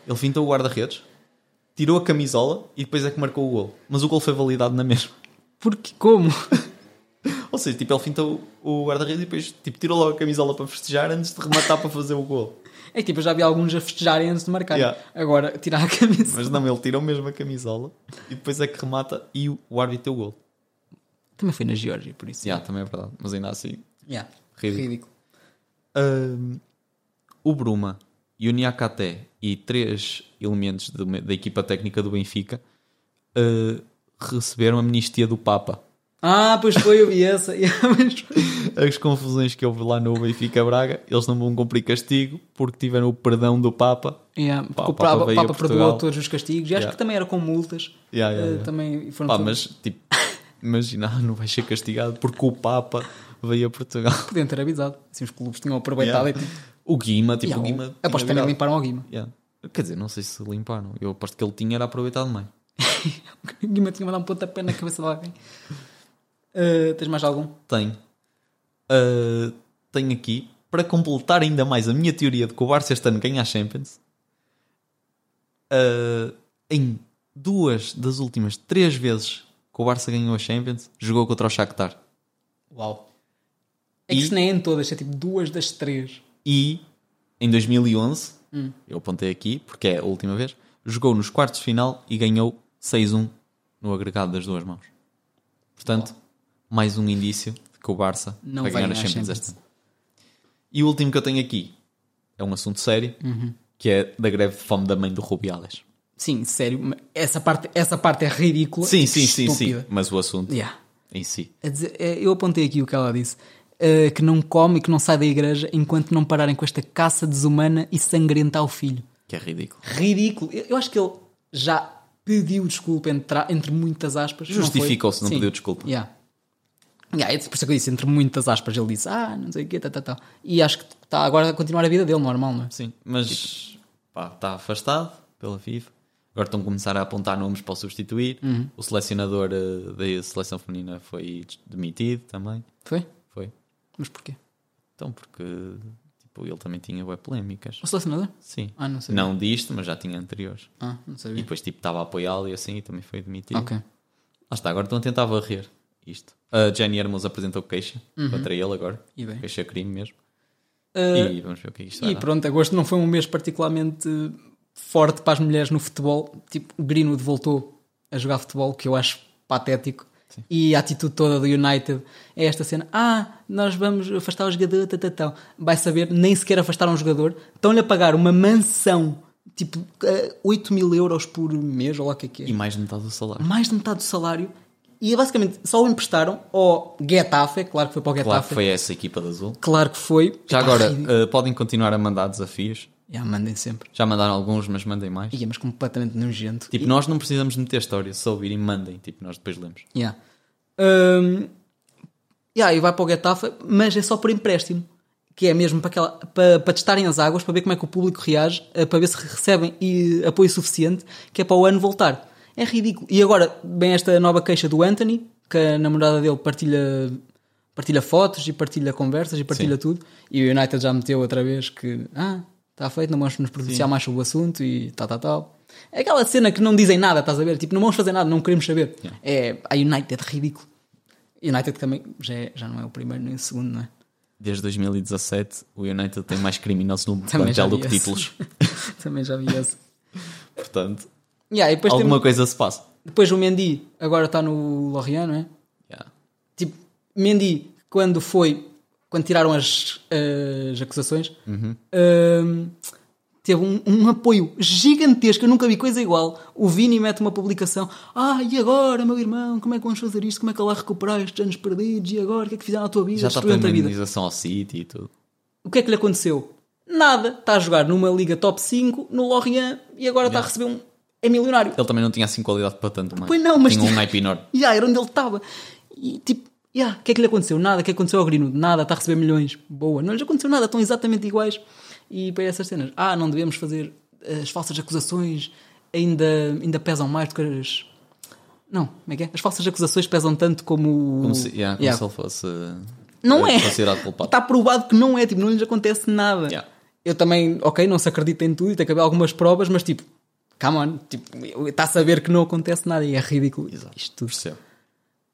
C: Ele fintou o guarda-redes, tirou a camisola e depois é que marcou o gol. Mas o gol foi validado na mesma.
B: Porque como?
C: Ou seja, tipo, ele fintou o guarda-redes e depois tipo, tirou logo a camisola para festejar antes de rematar para fazer o gol.
B: É que tipo, eu já vi alguns a festejarem antes de marcar.
C: Yeah.
B: Agora, tirar a camisa.
C: Mas não, ele tirou mesmo a camisola e depois é que remata e o, o árbitro deu o gol.
B: Também foi na Geórgia, por isso.
C: Já, também é verdade, mas ainda assim.
B: Yeah.
C: Ridículo.
B: Ridículo.
C: Um, o Bruma e o Niakate e três elementos do- da equipa técnica do Benfica uh, receberam a amnistia do Papa.
B: Ah, pois foi, eu vi essa. Yeah, mas foi.
C: As confusões que houve lá no Benfica Braga, eles não vão cumprir castigo porque tiveram o perdão do Papa.
B: Yeah, porque
C: Pá,
B: o
C: o Papa
B: Papa,
C: veio a
B: Papa perdoou
C: Portugal.
B: todos os castigos. E acho
C: Yeah.
B: que também era com multas.
C: Yeah, yeah,
B: Eh,
C: yeah.
B: Também foram
C: Pá,
B: todos-
C: mas tipo, imagina, ah, não vai ser castigado porque o Papa veio a Portugal.
B: Podiam ter avisado. Assim, os clubes tinham aproveitado
C: Yeah.
B: e tipo.
C: O Guima, tipo,
B: Yeah,
C: o Guima. tinha
B: aposto que também
C: virado.
B: limparam ao Guima.
C: Yeah. Quer dizer, não sei se limparam. Eu aposto que ele tinha era aproveitado mais.
B: O Guima tinha mandado um pontapé na cabeça de alguém. Eh, tens mais algum?
C: Tenho. Ah, tenho aqui, para completar ainda mais a minha teoria de que o Barça este ano ganha a Champions, ah, em duas das últimas três vezes que o Barça ganhou a Champions, jogou contra o Shakhtar.
B: Uau. É que
C: E-
B: isso nem é em todas, é tipo duas das três.
C: E em 2011,
B: Hum.
C: eu apontei aqui porque é a última vez, jogou nos quartos de final e ganhou 6-1 no agregado das duas mãos. Portanto, mais um indício de que o Barça
B: Não
C: vai
B: vai
C: ganhar a
B: ganhar
C: Champions,
B: Champions.
C: este ano. E o último que eu tenho aqui é um assunto sério,
B: Uhum.
C: que é da greve de fome da mãe do Rubiales.
B: Sim, sério, mas essa parte, essa parte é ridícula.
C: Sim,
B: e
C: sim, sim, sim.
B: estúpida.
C: Mas o assunto
B: Yeah.
C: em si.
B: A dizer- eh, eu apontei aqui o que ela disse: eh, que não come e que não sai da igreja enquanto não pararem com esta caça desumana e sangrenta ao filho.
C: Que é ridículo.
B: Ridículo. Eu, eu acho que ele já pediu desculpa entre, entre muitas aspas. foi?
C: Justificou-se, não
B: Sim.
C: pediu desculpa.
B: Yeah. Yeah, é por isso que eu disse, entre muitas aspas, ele disse, ah, não sei o quê, tal, tal, tal. E acho que está agora a continuar a vida dele, normal, não é?
C: Sim,
B: Tipo.
C: mas pá, está afastado pela FIFA. Agora estão a começar a apontar nomes para o substituir.
B: Uhum.
C: O selecionador eh, da seleção feminina foi des- demitido também.
B: Foi?
C: Foi.
B: Mas porquê?
C: Então, porque tipo, ele também tinha web polémicas.
B: O selecionador?
C: Sim.
B: Ah, não sei.
C: Não disto, mas já tinha anteriores.
B: Ah, não
C: E
B: sabia.
C: depois tipo, estava a apoiá-lo e assim e também foi demitido.
B: Ok.
C: Lá está, agora estão a tentar varrer isto. A Jenny Hermoso apresentou queixa contra ele agora.
B: Uhum. E bem.
C: Queixa é crime mesmo.
B: Ah,
C: e vamos ver o que é que isto vai
B: E
C: dar.
B: pronto, agosto não foi um mês particularmente forte para as mulheres no futebol. Tipo, Greenwood voltou a jogar futebol, que eu acho patético. E a atitude toda do United é esta cena: ah, nós vamos afastar o jogador, tatatão. Vai saber, nem sequer afastar um jogador. Estão-lhe a pagar uma mansão, tipo, 8 mil euros por mês, ou lá o que é que é
C: E mais de metade do salário.
B: mais de metade do salário e é basicamente só o emprestaram ao Getafe, claro que foi para o Getafe,
C: Claro que foi essa equipa de azul.
B: Claro que foi. Epá,
C: Já agora,
B: ridículo.
C: eh, podem continuar a mandar desafios.
B: Já mandem sempre.
C: Já mandaram alguns, mas mandem mais.
B: Ia, mas completamente nojento.
C: Tipo, nós não precisamos meter história, se ouvirem, mandem. Tipo, nós depois lemos.
B: Yeah. Hum, yeah, e vai para o Getafe, mas é só por empréstimo. Que é mesmo para, aquela, para, para testarem as águas, para ver como é que o público reage, eh, para ver se recebem e apoio suficiente, que é para o ano voltar. É ridículo. E agora vem esta nova queixa do Anthony, que a namorada dele partilha, partilha fotos e partilha conversas e partilha
C: Sim.
B: tudo. E o United já meteu outra vez que, ah, está feito, não vamos nos pronunciar mais sobre o assunto e tal, tal, tal. É aquela cena que não dizem nada, estás a ver? Tipo, não vamos fazer nada, não queremos saber. É a United, ridículo. United também já, é- já não é o primeiro nem o segundo, não é?
C: Desde 2017, o United tem mais criminosos no
B: Também já
C: plantel
B: vi
C: do que
B: esse.
C: títulos.
B: também já vi esse.
C: Portanto,
B: Yeah, e depois,
C: alguma
B: temos-
C: coisa se passa.
B: depois o Mendy agora está no Lorient, não é?
C: Yeah.
B: Tipo, Mendy, quando foi, quando tiraram as, as acusações,
C: Uhum.
B: ahm, teve um, um apoio gigantesco. Eu nunca vi coisa igual. O Vini mete uma publicação: Ah, e agora, meu irmão, como é que vamos fazer isto? Como é que lá recuperar estes anos perdidos? E agora, o que é que fizeram à tua vida?
C: Já está a
B: Destruíram-te a vida.
C: indenização ao City e tudo.
B: O que é que lhe aconteceu? Nada. Está a jogar numa liga top 5 no Lorient e agora está a receber um. É milionário.
C: Ele também não tinha assim qualidade para tanto, mas,
B: Pois não, mas
C: tinha um
B: tinha-
C: naipe enorme.
B: Ya, era onde ele estava. E tipo, ya, o que é que lhe aconteceu? Nada. O que é que aconteceu ao Greenwood? Nada. Está a receber milhões. Boa. Não lhes aconteceu nada. Estão exatamente iguais. E para essas cenas. Ah, não devemos fazer eh, as falsas acusações. Ainda, ainda pesam mais do que as. Não, como é que é? As falsas acusações pesam tanto como. o-
C: Como se, yeah, como
B: Ya.
C: se ele fosse
B: Não
C: eh,
B: é.
C: considerado culpado.
B: Está provado que não é, tipo, não lhes acontece nada.
C: Yeah.
B: Eu também, ok, não se acredita em tudo e tem que haver algumas provas, mas tipo, come on, tipo, está a saber que não acontece nada e é ridículo. Isto tudo.
C: Percebo.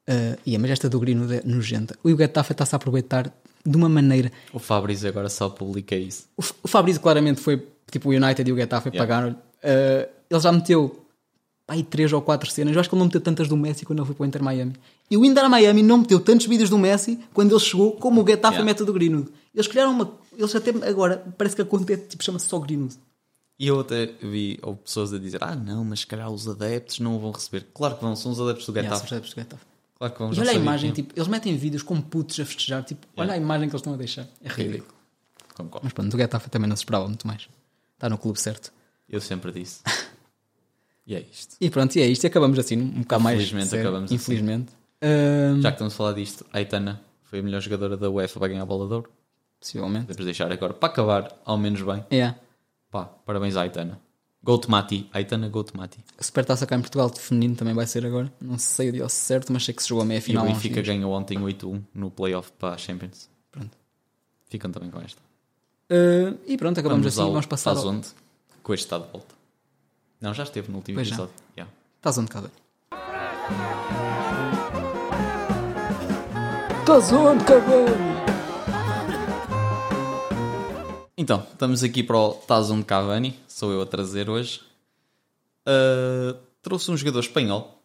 B: Ah, e é, mas esta do Grino é nojenta. O Getafe está-se a aproveitar de uma maneira.
C: O Fabrício agora só publica isso.
B: O, F- o Fabrício claramente foi, tipo, o United e o Getafe pagaram Ele já meteu, pai, três ou quatro cenas. Eu acho que ele não meteu tantas do Messi quando ele foi para o Inter Miami. E o Inter Miami não meteu tantos vídeos do Messi quando ele chegou como o Getafe
C: Yeah.
B: mete do Grino. Eles criaram uma... Eles até agora, parece que a conta é, tipo, chama-se só Grino.
C: E eu até vi ou pessoas a dizer: Ah, não, mas se calhar os adeptos não o vão receber. Claro que vão, são os adeptos do
B: Yeah,
C: Getafe.
B: são os adeptos do Getafe.
C: Claro que vão
B: E
C: já
B: olha a
C: sabia
B: imagem,
C: quem
B: tipo, eles metem vídeos com putos a festejar, tipo, olha a imagem que eles estão a deixar. É
C: é.
B: ridículo.
C: Ridículo. Concordo.
B: Mas pronto, o Getafe também não se esperava muito mais. Está no clube certo.
C: Eu sempre disse. E é isto.
B: E pronto, e é isto. E acabamos assim, um bocado mais.
C: Infelizmente,
B: sério.
C: acabamos assim.
B: Infelizmente. Ahm,
C: Já que estamos a falar disto, a Aitana foi a melhor jogadora da UEFA para ganhar a bola de ouro.
B: Possivelmente.
C: Podemos deixar agora para acabar, ao menos bem.
B: Yeah.
C: Pá, parabéns à Aitana. Go to Mati. Aitana, go to Mati.
B: A Supertaça cá em Portugal de feminino também vai ser agora. Não sei o dia ao certo, mas sei que se jogou a meia
C: E o
B: final.
C: Benfica ganhou ontem 8-1 no playoff para a Champions.
B: Pronto.
C: Ficam também com esta.
B: e pronto, acabamos assim.
C: ao-
B: Vamos passar.
C: Estás
B: ao-
C: onde? Que hoje está de volta. Não, já esteve no último
B: Pois já.
C: episódio. Yeah.
B: Estás onde, cabrão? Estás onde, cabrão?
C: Então, estamos aqui para o Tazon de Cavani, sou eu a trazer hoje. Ah, trouxe um jogador espanhol,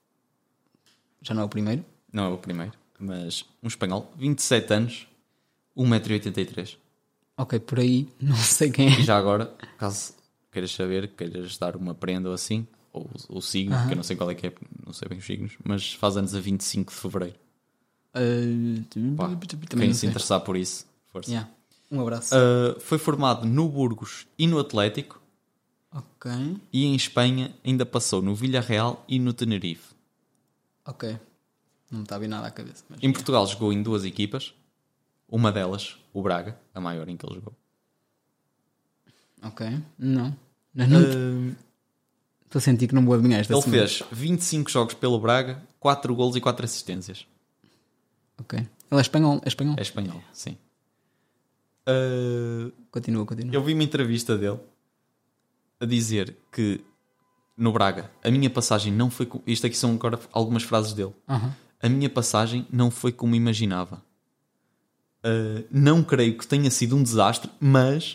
B: Já não é o primeiro?
C: não é o primeiro, mas um espanhol, 27 anos, 1,83m.
B: Ok, por aí. Não sei quem
C: E
B: é.
C: já agora, caso queiras saber, queiras dar uma prenda ou assim, ou o signo, que eu não sei qual é que é, não sei bem os signos, mas faz anos a 25 de fevereiro.
B: Ah,
C: Pá,
B: também
C: quem
B: não
C: se
B: sei.
C: interessar por isso, força.
B: Yeah. Um abraço.
C: Uh, foi formado no Burgos e no Atlético Ah.
B: Ok.
C: e em Espanha ainda passou no Villarreal e no Tenerife.
B: Ok. Não me está a vir nada à cabeça. Mas...
C: Em Portugal jogou em duas equipas, uma delas o Braga, a maior em que ele jogou.
B: Ok. Não. Mas não
C: Uh,
B: Estou a sentir que não vou adivinhar esta
C: ele
B: semana.
C: fez 25 jogos pelo Braga, 4 golos e 4 assistências.
B: Ok. Ele é espanhol. É espanhol.
C: É espanhol, sim. Uh,
B: Continua, continua.
C: eu vi uma entrevista dele a dizer que no Braga a minha passagem não foi. co- Isto aqui são agora algumas frases dele.
B: Aham.
C: A minha passagem não foi como imaginava. Ah, não creio que tenha sido um desastre, mas.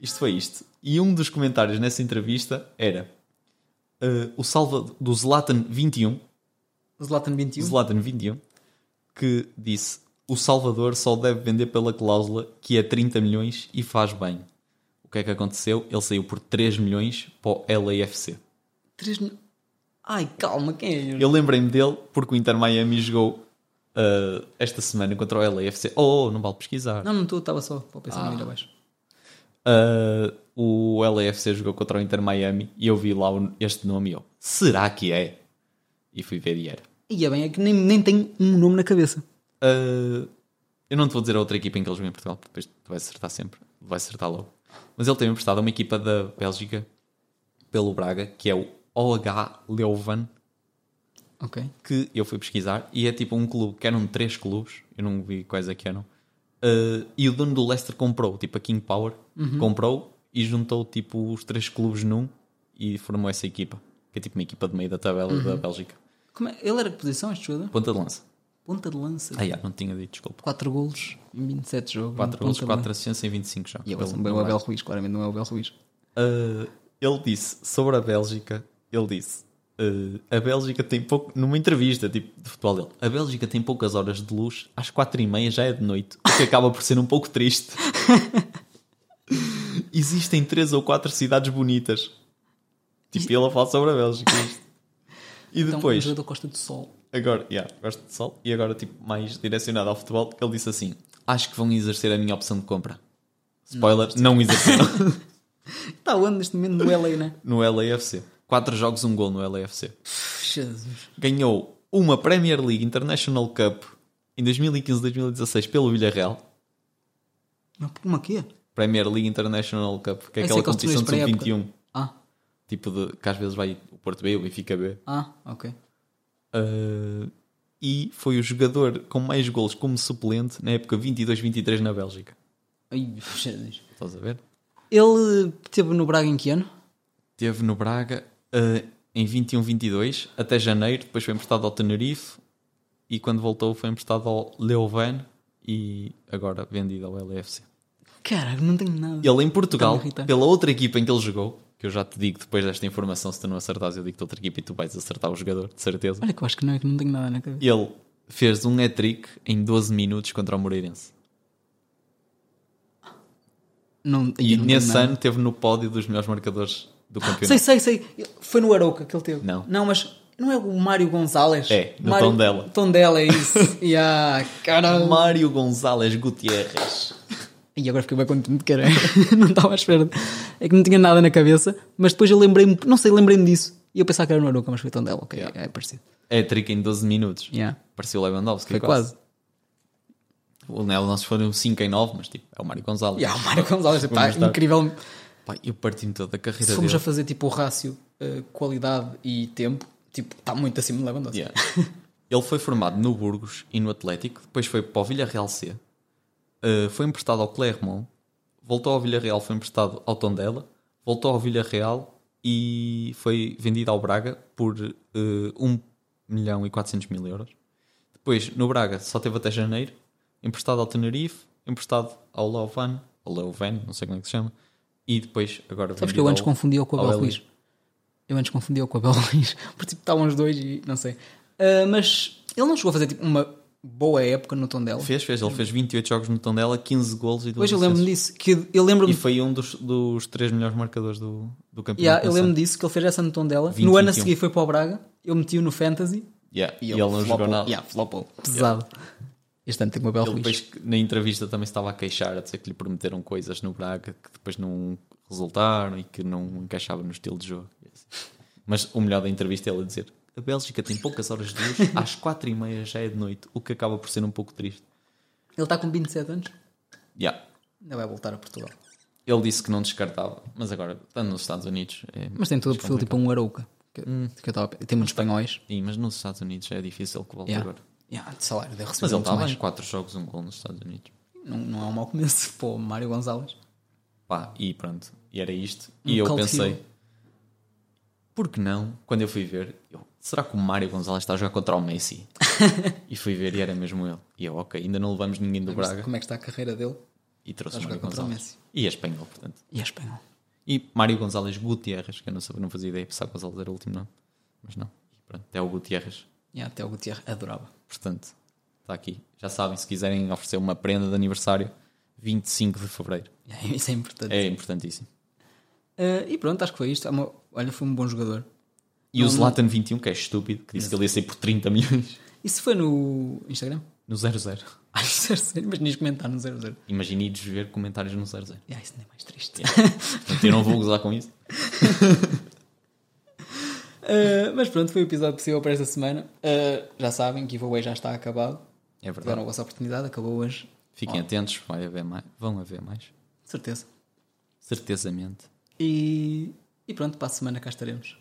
C: isto foi isto. E um dos comentários nessa entrevista era. ah, o salva do Zlatan 21,
B: Zlatan 21.
C: Zlatan 21, que disse: O Salvador só deve vender pela cláusula que é 30 milhões e faz bem. O que é que aconteceu? Ele saiu por 3 milhões para o LAFC.
B: Três no- Ai, calma, quem é?
C: Eu lembrei-me dele porque o Inter Miami jogou ah, esta semana contra o LAFC. Oh, não vale pesquisar.
B: Não, não estou, estava só para pensar no ir abaixo.
C: Ah, o LAFC jogou contra o Inter Miami e eu vi lá o- este nome e eu, será que é? E fui ver e era.
B: E é bem, é que nem, nem tenho um nome na cabeça.
C: Ah, eu não te vou dizer a outra equipa em que ele joga em Portugal, porque depois tu vais acertar sempre, vais acertar logo. Mas ele tem emprestado a uma equipa da Bélgica pelo Braga, que é o OH Leuven,
B: Ok.
C: que eu fui pesquisar e é tipo um clube, que eram três clubes, eu não vi quais é que eram. eh, e o dono do Leicester comprou, tipo a King Power, comprou e juntou tipo os três clubes num e formou essa equipa, que é tipo uma equipa de meio da tabela da Bélgica.
B: Como é- Ele era que posição este jogador?
C: Ponta de lança.
B: Ponta de lança.
C: Ah, já, não tinha dito, desculpa.
B: 4 golos em 27 jogos.
C: 4
B: Um
C: gols,
B: ponta de lança.
C: 4 assistências em 25 já.
B: E é o,
C: Pelo-
B: é o Abel Ruiz, claramente não é o Abel Ruiz.
C: Uh, ele disse sobre a Bélgica, ele disse uh, a Bélgica tem pouco numa entrevista tipo de futebol dele, a Bélgica tem poucas horas de luz, às quatro e meia já é de noite, o que acaba por ser um pouco triste. Existem três ou quatro cidades bonitas. Tipo, ele a falar sobre a Bélgica. é isto. E
B: Então,
C: depois,
B: o jogador Costa do Sol.
C: Agora, yeah, gosto de sol. E agora, tipo, mais direcionado ao futebol, ele disse assim: Acho que vão exercer a minha opção de compra. Spoiler,
B: tipo
C: não, exerceram.
B: Está onde neste momento no LA, né?
C: no LAFC. Quatro jogos, um gol no LAFC.
B: Jesus.
C: Ganhou uma Premier League International Cup em 2015-2016 pelo Villarreal.
B: Não, por uma quê?
C: Premier League International Cup, que é
B: Eu sei
C: aquela
B: que eles
C: competição de
B: para a época.
C: sub-21.
B: Ah,
C: Tipo, de, que às vezes vai o Porto B, o Benfica B.
B: ah, ok.
C: Uh, e foi o jogador com mais gols como suplente na época 22-23 na Bélgica.
B: Ai, Jesus.
C: Estás a ver?
B: Ele teve no Braga em que ano?
C: Teve no Braga eh, em 21-22 até janeiro, depois foi emprestado ao Tenerife e quando voltou foi emprestado ao Leuven e agora vendido ao LFC.
B: Caralho, não tenho nada.
C: Ele em Portugal,
B: Está-me a irritar.
C: pela outra equipa em que ele jogou, que eu já te digo depois desta informação, se tu não acertares, eu digo-te outra equipa e tu vais acertar o jogador, de certeza.
B: Olha que eu acho que não é que não tenho nada na cabeça.
C: Ele fez um hat-trick em 12 minutos contra o Moreirense.
B: Não,
C: E
B: eu não tenho
C: nesse
B: nada. Ah,
C: ano teve no pódio dos melhores marcadores do campeonato.
B: Sei, sei, sei. Foi no Aroca que ele teve.
C: Não.
B: Não, mas não é o Mário Gonzalez?
C: É, no
B: Mário...
C: Tondela.
B: Tondela, é isso. ah, yeah, caralho.
C: Mário Gonzalez Gutierrez.
B: E agora fiquei bem contente, caralho. não estava à espera. de- É que não tinha nada na cabeça. Mas depois eu lembrei-me, não sei, lembrei-me disso. E eu pensava que era no Aroca, mas foi Tondela. Ok, é parecido.
C: hat-trick em 12 minutos.
B: Yeah.
C: Parecia o Lewandowski.
B: Foi quase.
C: O Nel não se foram 5 em 9, mas tipo, é o Mário Gonzalez.
B: E yeah, o Mário Gonzalez, pá,
C: Vamos dar-
B: incrível.
C: Pá, eu parti-me toda
B: Se
C: a carreira
B: formos
C: dele.
B: a fazer tipo o rácio eh, qualidade e tempo, tipo, está muito acima de Lewandowski.
C: Yeah. Ele foi formado no Burgos e no Atlético, depois foi para o Villarreal C, uh, foi emprestado ao Clermont, voltou ao Villarreal, foi emprestado ao Tondela, voltou ao Villarreal e foi vendido ao Braga por uh, 1 milhão e 400 mil euros. Depois, no Braga, só teve até janeiro, emprestado ao Tenerife, emprestado ao Leuven, ou Leuven, não sei como é que se chama, e depois, agora...
B: Sabes que
C: vendido
B: eu antes
C: ao-
B: confundia-o com o
C: ao
B: Abel
C: LA.
B: Ruiz. Eu antes confundia-o com o Abel Ruiz. Porque tipo, estavam os dois e não sei. Ah, mas ele não chegou a fazer tipo uma boa época no tom dela.
C: Fez, fez. Ele fez 28 jogos no Tondela, 15 gols e duas
B: Hoje eu lembro-me
C: assistências.
B: disso. Que eu lembro-me
C: E foi um dos, dos três melhores marcadores do, do campeonato.
B: yeah, eu
C: nesse
B: lembro
C: ano.
B: disso, que ele fez essa no tom dela.
C: 20,
B: no ano a
C: 21.
B: seguir foi para o Braga. Eu meti-o no Fantasy.
C: Yeah, um. E ele não jogou nada.
B: Yeah, flopou. Pesado. Este ano tem o Abel
C: Ele
B: Ruiz.
C: depois, na entrevista, também se estava a queixar, a dizer que lhe prometeram coisas no Braga que depois não resultaram e que não encaixava no estilo de jogo. Mas o melhor da entrevista é ele dizer: A Bélgica tem poucas horas de luz, às quatro e meia já é de noite, o que acaba por ser um pouco triste.
B: Ele está com 27 anos.
C: Yeah.
B: Ainda vai voltar a Portugal.
C: Ele disse que não descartava, mas agora, estando nos Estados Unidos. É... Hum.
B: Mas tem todo o perfil tipo um Arouca. Que, que eu estava a pe- Tem muitos espanhóis.
C: Sim, mas nos Estados Unidos é difícil que volte
B: Yeah.
C: agora.
B: Yeah, de salário, deve receber
C: Mas ele tá
B: muito
C: estava
B: mais.
C: em quatro jogos, um gol nos Estados Unidos.
B: Não, não é um mau começo para o Mário Gonzalez.
C: Pá, e pronto. E era isto.
B: Um
C: e eu
B: cult
C: pensei,
B: hero.
C: por que não? Quando eu fui ver, eu, será que o Mário Gonzalez está a jogar contra o Messi? e fui ver e era mesmo ele. E eu, ok, ainda não levamos ninguém do Braga.
B: Como é que está a carreira dele?
C: E trouxe
B: a
C: o
B: jogar
C: Mário
B: contra o
C: Gonzalez.
B: Messi.
C: E é espanhol, portanto.
B: E é espanhol.
C: E Mário Gonzalez Gutierrez, que eu não, sabia, não fazia ideia, pensava que Gonzalez era o último nome. Mas não. E pronto, é o Gutierrez.
B: E até o Gutierrez adorava.
C: Portanto, está aqui. Já sabem, se quiserem oferecer uma prenda de aniversário, 25 de fevereiro.
B: Yeah, isso é importante.
C: É importantíssimo.
B: Eh, e pronto, acho que foi isto. É uma- Olha, foi um bom jogador.
C: E o Zlatan 21, que é estúpido, que disse que ele ia sair por 30 milhões.
B: Isso foi no Instagram?
C: No 00.
B: Ai, 00, mas nem comentar no 00.
C: Imagine ires ver comentários no 00.
B: Yeah, isso ainda é mais triste.
C: Portanto, Eu não vou gozar com isso.
B: Eh, mas pronto, foi o episódio possível para esta semana. Eh, já sabem que o giveaway já está acabado.
C: É verdade.
B: Tiveram a vossa oportunidade, acabou hoje.
C: Fiquem atentos, vai haver mais. Vão haver mais.
B: De certeza.
C: Certezamente.
B: E E pronto, para a semana cá estaremos.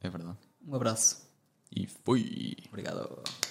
C: É verdade.
B: Um abraço.
C: E foi.
B: Obrigado.